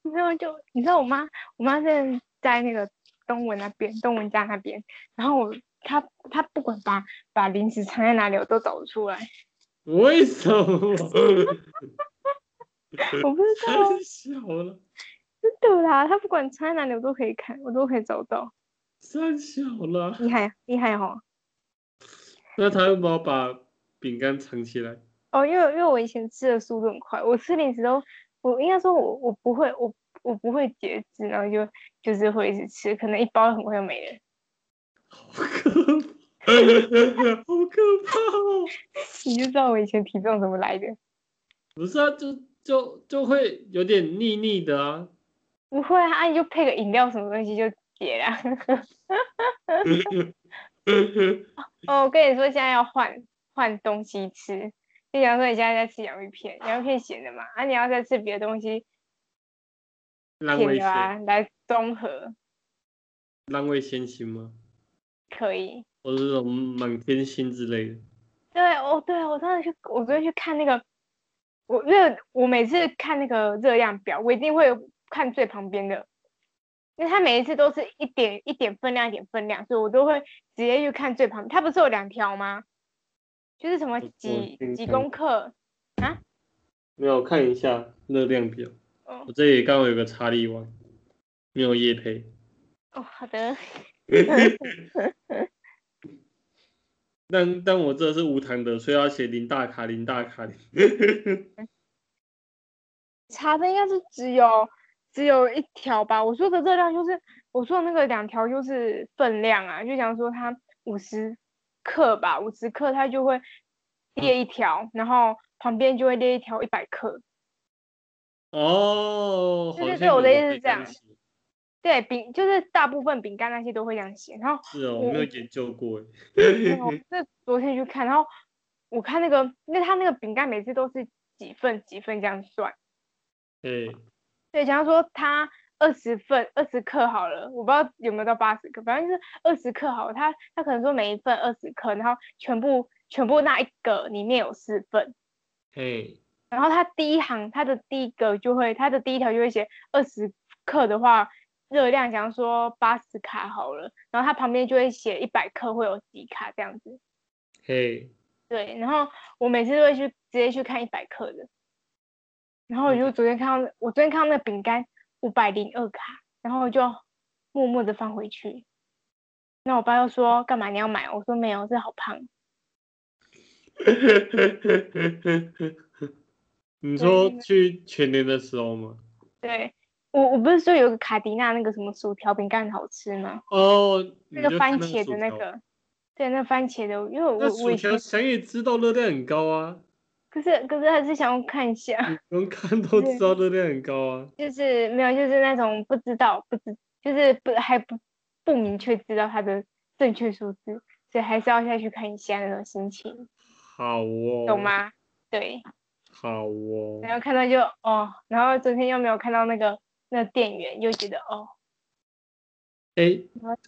S1: 你知道就你知道我妈，我妈是在那个东文那边，东文家那边，然后我她她不管把把零食藏在哪里，我都找得出来，
S2: 为什么？
S1: 我不知道，
S2: 太小了，
S1: 真的啦，她不管藏在哪里，我都可以看，我都可以找到，
S2: 太小了。
S1: 厉害厉害哦。
S2: 那他有没有把饼干藏起来？
S1: 哦，因为因为我以前吃的速度很快，我吃零食都，我应该说我我不会我我不会节制，然后就就是会一直吃，可能一包很快就没了。
S2: 好可怕，好可怕哦！
S1: 你就知道我以前体重怎么来的。
S2: 不是啊，就就就会有点腻腻的啊。
S1: 不会啊，啊你就配个饮料什么东西就解了。哦，我跟你说，现在要换换东西吃。就假如说你现在在吃洋芋片，洋芋片咸的嘛，啊，你要再吃别的东西
S2: 浪
S1: 甜
S2: 味
S1: 的啊
S2: 仙，，
S1: 来综合
S2: 浪味仙心吗？
S1: 可以。
S2: 或者是什么满天星之类的？
S1: 对哦，对，我真的去，我昨天去看那个，我因为我每次看那个热量表，我一定会看最旁边的，因为它每一次都是一点一点分量，一点分量，所以我都会直接去看最旁边。它不是有两条吗？就是什么
S2: 我
S1: 几
S2: 先
S1: 几
S2: 看
S1: 公克？
S2: 没有，看一下热量表。
S1: 哦
S2: 我这里刚好有个查理王，没有叶配。
S1: 哦，好的，
S2: 但但我这是无糖的，所以要写零大卡、零大卡。零
S1: 查的应该是只有只有一条吧。我说的热量就是我说的那个两条就是分量啊，就想说它五十克吧，五十克它就会列一条，然后旁边就会列一条一百克。
S2: 哦，
S1: 对对
S2: 好像
S1: 对我的
S2: 有
S1: 意思
S2: 被
S1: 是这样
S2: 担心
S1: 对饼就是大部分饼干那些都会这样写，然后
S2: 是哦，我没有研究过
S1: 我是昨天去看，然后我看那个，那他那个饼干每次都是几份几份这样算，
S2: 诶。哎，
S1: 对，假如说它二十份二十克好了，我不知道有没有到八十克，反正就是二十克好了。它它可能说每一份二十克，然后全部全部那一个里面有四份，
S2: 嘿，
S1: 然后它第一行它的第一个就会它的第一条就会写二十克的话热量，假如说八十卡好了，然后它旁边就会写一百克会有几卡这样子。
S2: 嘿，
S1: 对，然后我每次都会去直接去看一百克的，然后我
S2: 嗯
S1: 就昨天看到，我昨天看到那个饼干五百零二卡，然后我就默默的放回去。那我爸又说干嘛你要买？我说没有，这好胖。
S2: 你说去全年的时候吗？
S1: 对，我我不是说有个卡迪娜那个什么薯条饼干好吃吗？
S2: 哦，
S1: 那
S2: 你
S1: 个
S2: 就
S1: 番
S2: 看
S1: 茄的
S2: 薯
S1: 那
S2: 条，
S1: 个，对，那番茄的，因为我
S2: 那
S1: 我
S2: 薯
S1: 以前
S2: 条想也知道热量很高啊，
S1: 可是可是还是想要看一下，
S2: 你们看都知道热量很高啊。
S1: 就是没有就是那种不知道不知就是不还不不明确知道它的正确数字，所以还是要下去看一下那种心情，
S2: 好哦，
S1: 懂？吗？对，
S2: 好哦，
S1: 然后看到就哦，然后昨天又没有看到那个那个店员，又觉得哦，
S2: 哎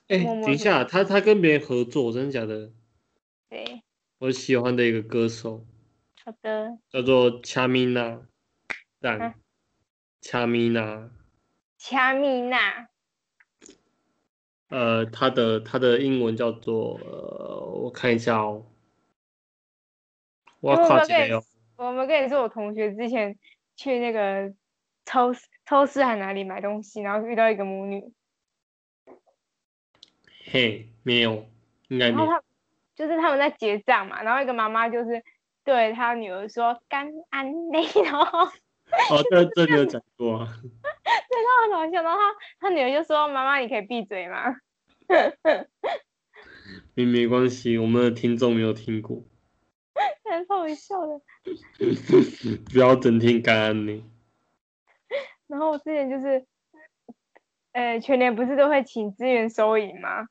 S2: 哎，
S1: 默默
S2: 等一下，他他跟别人合作，真的假的？
S1: 对，
S2: 我喜欢的一个歌手
S1: 好的，
S2: 叫做卡米娜，但
S1: 啊
S2: 卡米娜，
S1: 掐蜜娜，
S2: 呃，他的他的英文叫做呃，我看一下哦，我
S1: 因为
S2: 靠，
S1: 我
S2: 这
S1: 跟
S2: 个哦，
S1: 我们跟你说，我同学之前去那个超市超市还哪里买东西，然后遇到一个母女，
S2: 嘿，没有，应该
S1: 然
S2: 没
S1: 后
S2: 有，
S1: 他就是他们在结账嘛，然后一个妈妈就是对她女儿说干安内， 然后
S2: 哦，这这你有讲过啊。
S1: 超搞笑，然后她她女儿就说妈妈你可以闭嘴吗？
S2: 没没关系，我们的听众没有听过，
S1: 真的超好笑的。
S2: 不要整天感恩你。
S1: 然后我之前就是，呃，全年不是都会请资源收银吗？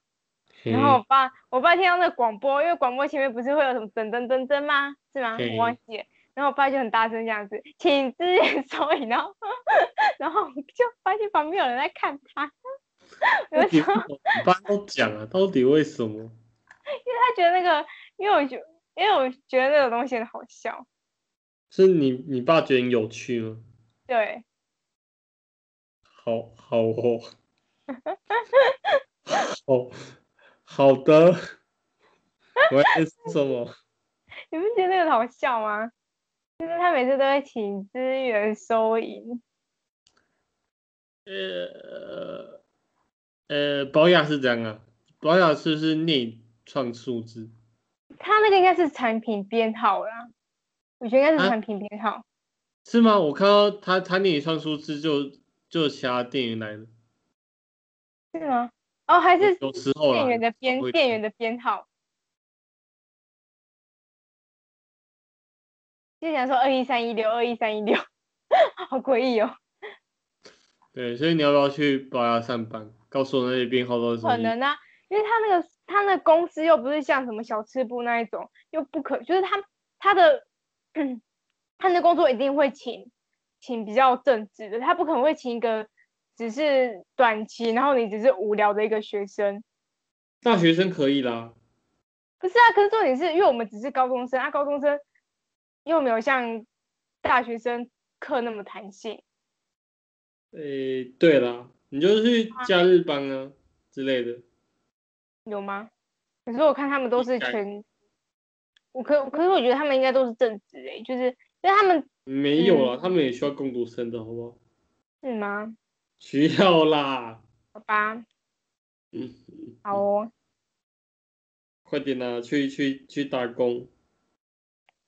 S2: 嘿
S1: 然后我爸，我爸听到那个广播，因为广播前面不是会有什么噔噔噔噔吗？是吗？
S2: 嘿
S1: 我忘记了。然后我爸就很大声这样子，请支援收银，然后 然后我就发现旁边有人在看他， 我
S2: 到
S1: 就
S2: 底
S1: 说，因
S2: 为什么你爸都讲啊，到底为什么？
S1: 为他觉得那个，因为我觉，因为我觉得那个东西很好笑，
S2: 是你你爸觉得你有趣吗？
S1: 对，
S2: 好好哦， 好好的，我要是什么？
S1: 你不觉得那个好笑吗？就是他每次都会请支援收银，
S2: 呃呃，保雅是这样啊，保雅是不是内创数字？
S1: 他那个应该是产品编号啦，我觉得应该
S2: 啊
S1: 是产品编号。
S2: 是吗？我看到他他内创数字就就其他店员来的，
S1: 是吗？哦，还是
S2: 有时候啦
S1: 店员的编
S2: 不一定
S1: 店员的编号。就想说二一三一六二一三一六， 好诡异哦！
S2: 对，所以你要不要去保雅上班？告诉我那些编号都是什么
S1: 可
S2: 意思？
S1: 能啊，因为他那个他那个公司又不是像什么小吃部那一种，又不可，就是他他的 他的工作一定会请请比较正直的，他不可能会请一个只是短期，然后你只是无聊的一个学生，
S2: 大学生可以啦，
S1: 不是啊，可是重点是因为我们只是高中生啊，高中生又没有像大学生课那么弹性。
S2: 诶、对啦，你就去假日班啊之类的。
S1: 有吗？可是我看他们都是
S2: 应该
S1: 全，我可可是我觉得他们应该都是正职诶、就是因为他们
S2: 没有
S1: 嗯
S2: 啦，他们也需要工读生的好不好？
S1: 是吗？
S2: 需要啦，
S1: 好吧，
S2: 嗯，
S1: 好哦，
S2: 快点啦，去去去打工。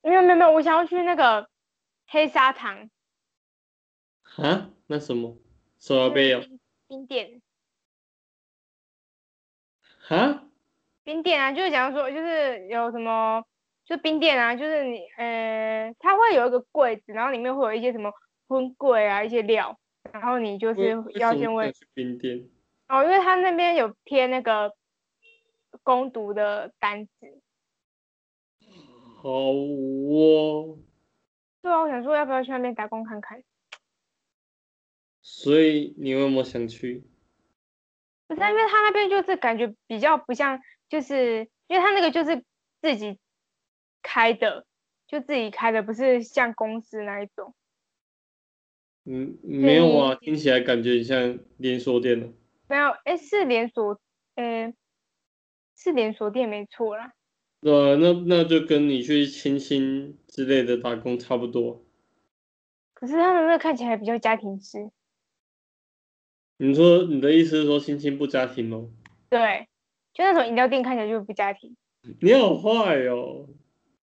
S1: 没有没有没有，我想要去那个黑砂糖
S2: 啊？那什么？手摇杯哦？
S1: 冰冰店
S2: 啊？
S1: 冰店啊，就是讲说就是有什么。就冰店啊，就是你呃，它会有一个柜子，然后里面会有一些什么荤桂啊，一些料，然后你就
S2: 就是
S1: 要先问
S2: 去冰店。
S1: 哦，因为他那边有贴那个攻读的单子。
S2: 好哦，
S1: 对啊，我想说要不要去那边打工看看？
S2: 所以你有没有想去？
S1: 不是啊，因为他那边就是感觉比较不像，就是因为他那个就是自己开的，就自己开的，不是像公司那一种。
S2: 嗯，没有啊，听起来感觉很像连锁店哦的。
S1: 没有，哎，是连锁，呃，是连锁店没错啦。
S2: 呃，那那就跟你去清新之类的打工差不多。
S1: 可是他们那个看起来比较家庭式。
S2: 你说你的意思是说亲亲不家庭哦？
S1: 对，就那种饮料店看起来就不家庭，
S2: 你好坏哦，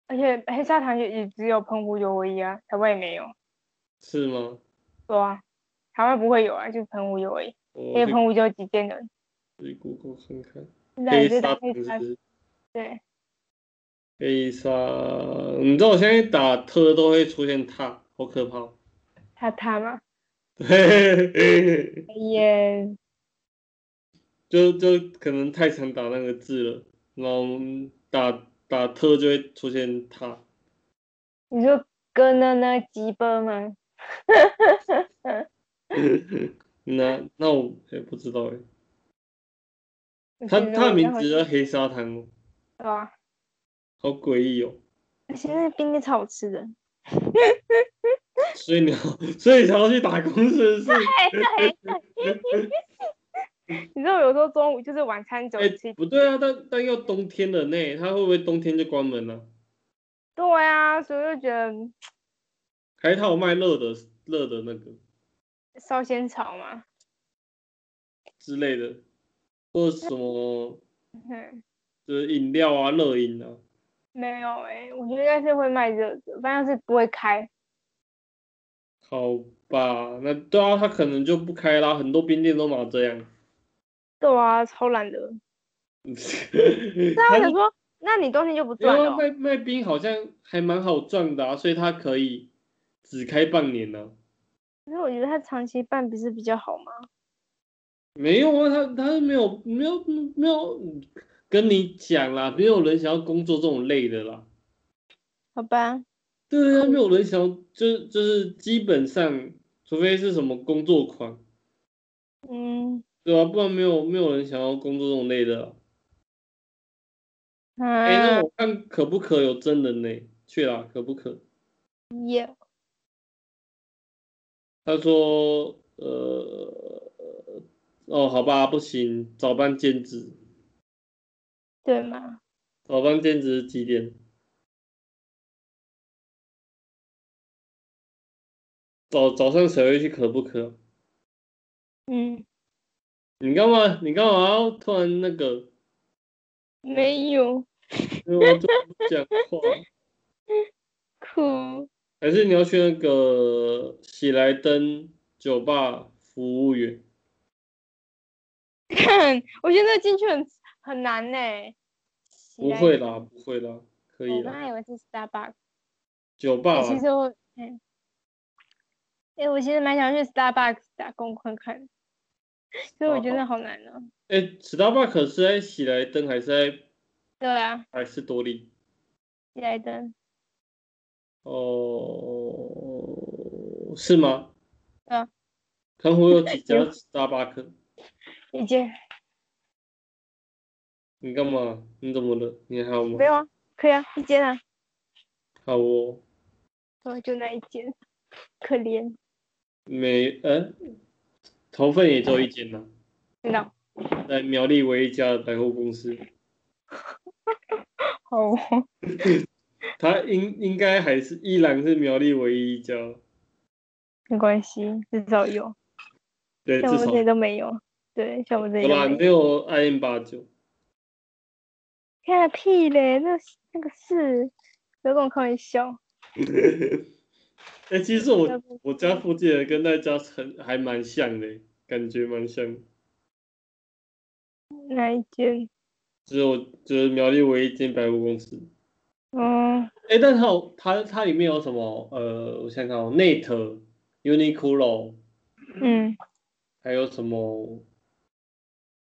S1: 而且黑砂糖也也只有澎湖有而已啊，台湾也没有。
S2: 是吗？
S1: 对啊。台湾不会有啊，就澎湖有而已，因为
S2: 我
S1: 澎湖就有几间人。
S2: 去 Google 看看，
S1: 现在
S2: 黑
S1: 就
S2: 沙
S1: 打黑
S2: 屯
S1: 沙
S2: 是不是
S1: 对，
S2: 黑沙，你知道我现在打特都会出现他，好可怕哦。
S1: 他他嘛，
S2: 对，
S1: 也
S2: 就就可能太常打那个字了，然后打打特就会出现他。
S1: 你说哥呢呢鸡巴吗？
S2: 那那我也不知道哎，
S1: 我
S2: 他
S1: 觉得
S2: 他的
S1: 我
S2: 名
S1: 待会
S2: 字叫黑沙滩哦，
S1: 对啊，
S2: 好诡异哦。
S1: 而且那冰也超好吃的。
S2: 所以你要，所以才要去打工是不是？
S1: 你知道有时候中午就是晚餐走
S2: 哎、
S1: 吃，
S2: 不对啊，但但要冬天了呢，他会不会冬天就关门了、
S1: 对啊，所以就觉得嗯
S2: 还是他有卖热的热的那个
S1: 烧仙草嘛，
S2: 之类的，或者什么
S1: 嗯，
S2: 就是饮料啊、热饮啊。
S1: 没有哎、我觉得应该是会卖热的，反正是不会开。
S2: 好吧，那对啊，他可能就不开啦，很多冰店都拿这样。
S1: 对啊，超懒的。那
S2: 他
S1: 我想说，那你冬天就不
S2: 然
S1: 赚了哦？
S2: 后卖卖冰好像还蛮好赚的啊，所以他可以只开半年啊呢、
S1: 可是我觉得它长期办不是比较好吗？
S2: 没有啊，他他没有没有没有跟你讲啦，没有人想要工作这种累的啦。
S1: 好吧，
S2: 对啊，没有人想要，就就是基本上，除非是什么工作狂，
S1: 嗯
S2: 对啊，不然没有没有人想要工作这种累的啊。哎、那
S1: 嗯，
S2: 我看可不可有真人呢、去啦，可不可？
S1: 嗯也
S2: 他说，呃，哦，好吧，不行，早班兼职，
S1: 对嘛，
S2: 早班兼职哦是几点？早早上谁会去可不可？
S1: 嗯，
S2: 你干嘛？你干嘛要突然那个？
S1: 没有
S2: 因为我就不讲话。
S1: 哭，
S2: 还是你要去那个喜来登酒吧服务员？
S1: 看 我觉得进去很很难呢、
S2: 不会啦，不会哦啦，可以
S1: 我刚
S2: 啦。
S1: 才以为是 Starbucks，
S2: 酒吧
S1: 其
S2: 啦
S1: 实我，嗯，哎、我其实蛮想去 Starbucks 打工看看，所以我觉得好难哦、
S2: 哎、s t a r b u c k s 是在喜来登还是在
S1: 对啊，
S2: 还是多利？
S1: 喜来登，
S2: 哦，是吗？
S1: 对啊。
S2: 澎湖有几家 Starbucks？
S1: 一姐
S2: 你干嘛？你怎么了？你还好吗
S1: 没？有啊，可以啊，一间啊，
S2: 好哦，
S1: 对，就那一间，可怜，
S2: 没，呃，头份也就一间啦。
S1: 真的
S2: 在苗栗唯一一家百货公司，
S1: 好哦，
S2: 它应应该还是依然是苗栗唯一一家，
S1: 没关系，至少有，
S2: 对，
S1: 像
S2: 至
S1: 我
S2: 少
S1: 这里都没有，对，像我这里
S2: 有
S1: 都
S2: 啦，
S1: 没
S2: 没
S1: 有，
S2: 有 I M 八九，
S1: 看了屁嘞，那那个是，不要跟我开玩笑，
S2: 哎，其实我
S1: 不要
S2: 我家附近的跟那家很还蛮像的，感觉蛮像，
S1: 那一间，
S2: 只有就是苗栗唯一一间百货公司，
S1: 嗯，
S2: 哎，但它有它它里面有什么？呃，我想想哦，Net、Uniqlo，
S1: 嗯，
S2: 还有什么？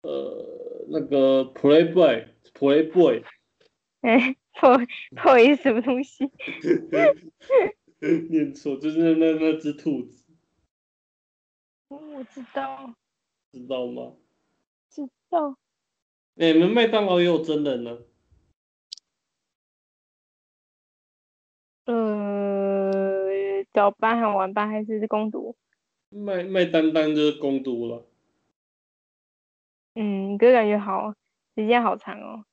S2: 呃，那个 Playboy Playboy。
S1: 哎、破破一什么东西？
S2: 念错，就是那那那只兔子，
S1: 我知道，
S2: 知道吗？
S1: 知道，
S2: 哎、你们麦当劳也有真人呢、
S1: 呃，早班和晚班还是攻读，
S2: 麦麦当当就是攻读了，
S1: 嗯，哥感觉好，时间好长哦。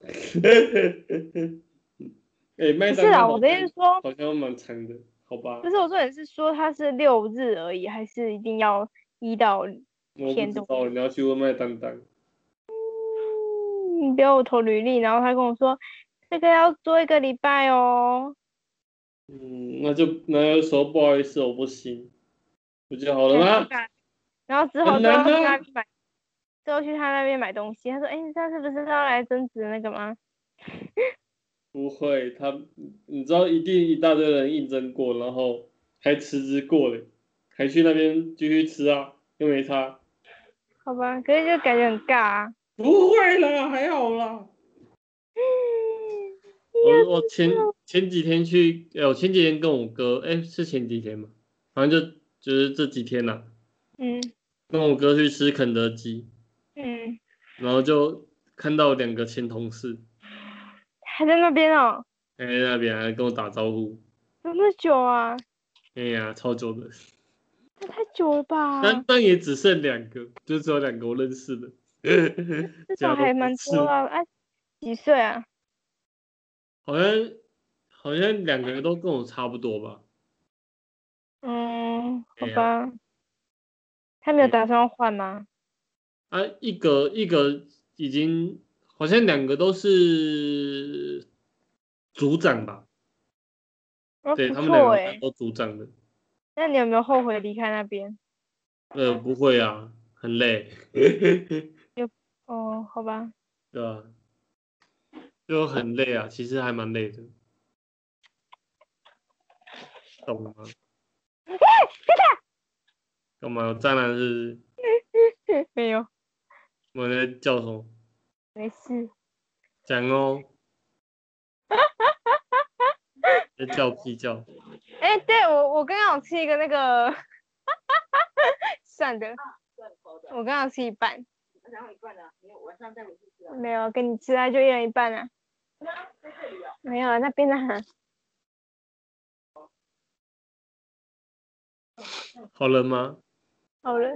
S2: 哎、麦
S1: 不
S2: 当
S1: 是啦，
S2: 当
S1: 我
S2: 好
S1: 的意思
S2: 像
S1: 说，
S2: 好像蛮长的，好吧
S1: 不？是我重点是说它是六日而已，还是一定要一到？
S2: 我不
S1: 偏
S2: 知
S1: 多
S2: 道，你要去问麦当当。
S1: 嗯你不要我投履历，然后他跟我说这个要做一个礼拜哦。
S2: 嗯，那就那就说不好意思，我不行。不就好了吗？
S1: 然后之后
S2: 很
S1: 之后
S2: 难
S1: 去他那
S2: 啊
S1: 边买，之后去他那边买东西，他说：“哎、你上次不是要来增值那个吗
S2: 不会，他你知道一定一大堆人应征过，然后还辞职过嘞，还去那边继续吃啊，又没差。？”
S1: 好吧，可是就感觉很尬、啊。
S2: 不会啦，还好啦。我我前前几天去，哎、我前几天跟我哥，哎、是前几天吗？反正就就是这几天啦、
S1: 嗯
S2: 跟我哥去吃肯德基，
S1: 嗯，
S2: 然后就看到两个前同事，
S1: 还在那边哦，
S2: 哎、那边还跟我打招呼，
S1: 这么久啊，
S2: 哎呀，超久的。
S1: 那太久了吧？
S2: 但但也只剩两个，就只有两个我认识的，
S1: 至少
S2: 假如
S1: 还
S2: 不
S1: 蛮
S2: 是
S1: 多啊。哎、几岁啊？
S2: 好像好像两个都跟我差不多吧。
S1: 嗯，好
S2: 哎呀
S1: 吧。他没有
S2: 嗯
S1: 打算要换吗？
S2: 啊，一个一个已经好像两个都是组长吧？
S1: 哦
S2: 对
S1: 不
S2: 他们两
S1: 错
S2: 个
S1: 哎、
S2: 都组长的。
S1: 那你有没有后悔离开那边？
S2: 呃，不会啊，很累，
S1: 哦，好吧，
S2: 对吧、就很累啊，其实还蛮累的，懂吗？干嘛？有蟑螂是不是？
S1: 没有，
S2: 我在叫什么？
S1: 没事。
S2: 讲哦。在叫屁叫，
S1: 哎、对我我刚刚有吃一个那个， 算的，我刚刚有吃一半，
S3: 然后一罐呢，你晚上再回去吃啊。
S1: 没有跟你吃啊，就一人一半啊。
S3: 在这里哦。
S1: 没有啊，那边啊，
S2: 好了吗？
S1: 好了，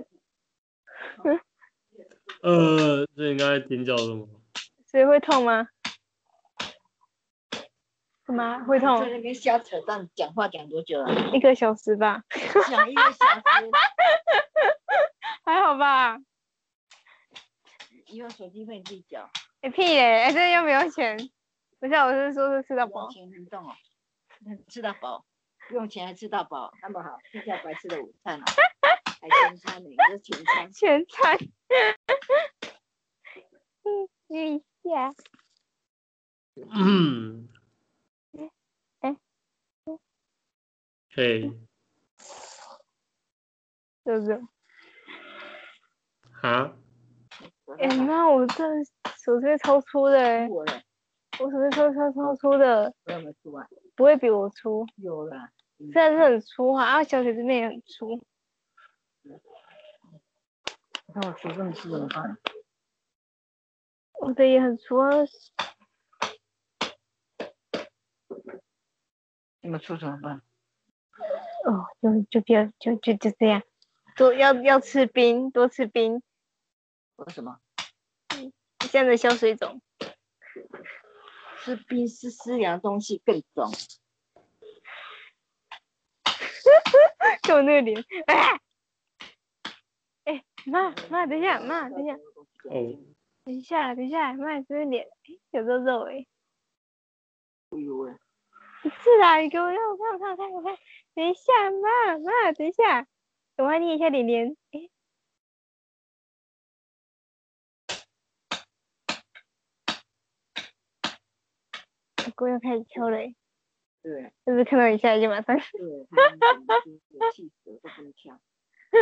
S2: 呃，所以你刚才尖叫了吗？
S1: 所以会痛吗？干嘛会
S3: 在
S1: 痛？
S3: 那边瞎扯淡，讲话讲多久了？
S1: 一个小时吧，
S3: 讲一个小时，
S1: 还好吧？
S3: 以后手机费你自己缴，
S1: 哎、屁嘞、哎，这又没有钱。不是啊，我是说是吃到
S3: 不
S1: 饱
S3: 用。钱运动哦，吃到饱，不用钱还吃到饱，那么好，这叫白吃的午餐啊，还全餐呢，你这全餐。
S1: 全餐。 嗯，试一下。
S2: 嗯
S1: 哎，
S2: 嘿，
S1: 就是，
S2: 哈，
S1: 哎、妈，我这手指头超粗的、欸，
S3: 我了，
S1: 我手指头超超粗的，
S3: 我有没有出啊？
S1: 不会比我粗，
S3: 有了，
S1: 虽然是很粗哈、啊，小腿这边也很粗，
S3: 你看我出这么粗怎么办？
S1: 我的也很粗啊，
S3: 你们出怎么办？
S1: 哦，就就不要就就就这样，多要要吃冰，多吃冰，
S3: 我什么？
S1: 这样的消水肿。
S3: 吃冰丝丝凉东西更重，
S1: 看我那个脸，哎、哎、妈妈，等一下，妈，等一下。
S2: 哦，
S1: 等一下，等一下，妈，你这边脸诶有肉肉哎、不是啦，你给我让我看，我看，我看，我看。等一下，妈妈，等一下，我要捏一下脸脸。哎、阿公要开始敲了、欸，
S3: 对。
S1: 是不是看到一下就马上？
S3: 对，他们整个就是气死了都不能跳，还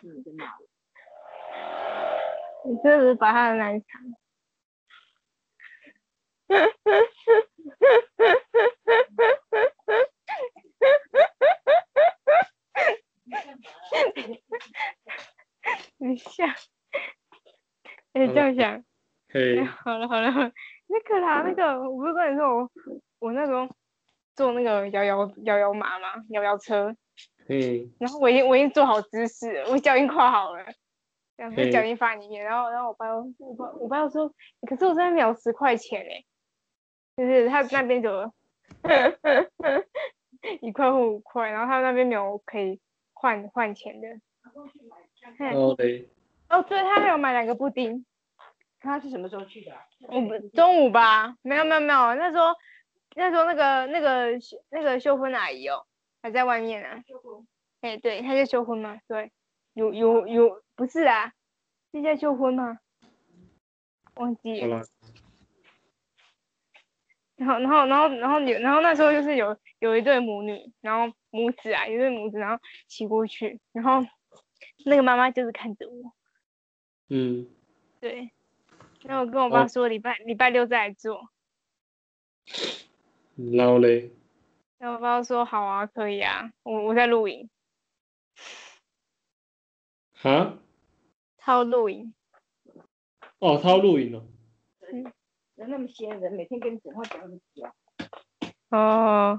S3: 是你在骂我？
S1: 你真的是把他的难缠。 等一下，哎、
S2: 好了
S1: 这样想，哎、
S2: 嘿，
S1: 好了好了，那个啦，那个，我不是跟你说我我那时候坐那个摇摇摇摇马嘛，摇摇车，
S2: 嘿，
S1: 然后我已经我已经做好姿势了，我脚已经跨好了，然后
S2: 嘿
S1: 脚已经放里面，然后然后我爸又我爸我爸又说，可是我在秒十块钱哎、就是他那边就一块或五块，然后他那边没有可以换换钱的。嘿
S2: 然后嘞，
S1: 哦，对，他还有买两个布丁，
S3: 他是什么时候去的啊？
S1: 我不中午吧？没有没有没有，那时候那时候那个那个那个秀芬阿姨哦还在外面呢、哎、对，他在求婚吗？对，有有有，不是啊，是在求婚吗？忘记
S2: 好
S1: 了。
S2: 了，
S1: 然后然后然后然后有然后那时候就是有有一对母女，然后母子啊，一对母子，然后骑过去，然后那个妈妈就是看着我，
S2: 嗯，
S1: 对，然后我跟我爸
S2: 哦
S1: 说礼拜、礼拜六再来做，
S2: 然后嘞，
S1: 然后我爸说好啊，可以啊，我我在录影，
S2: 哈，
S1: 他要录影，
S2: 哦，他要录影哦，
S3: 人那么闲，人每天跟你讲话讲那么久，
S1: 哦，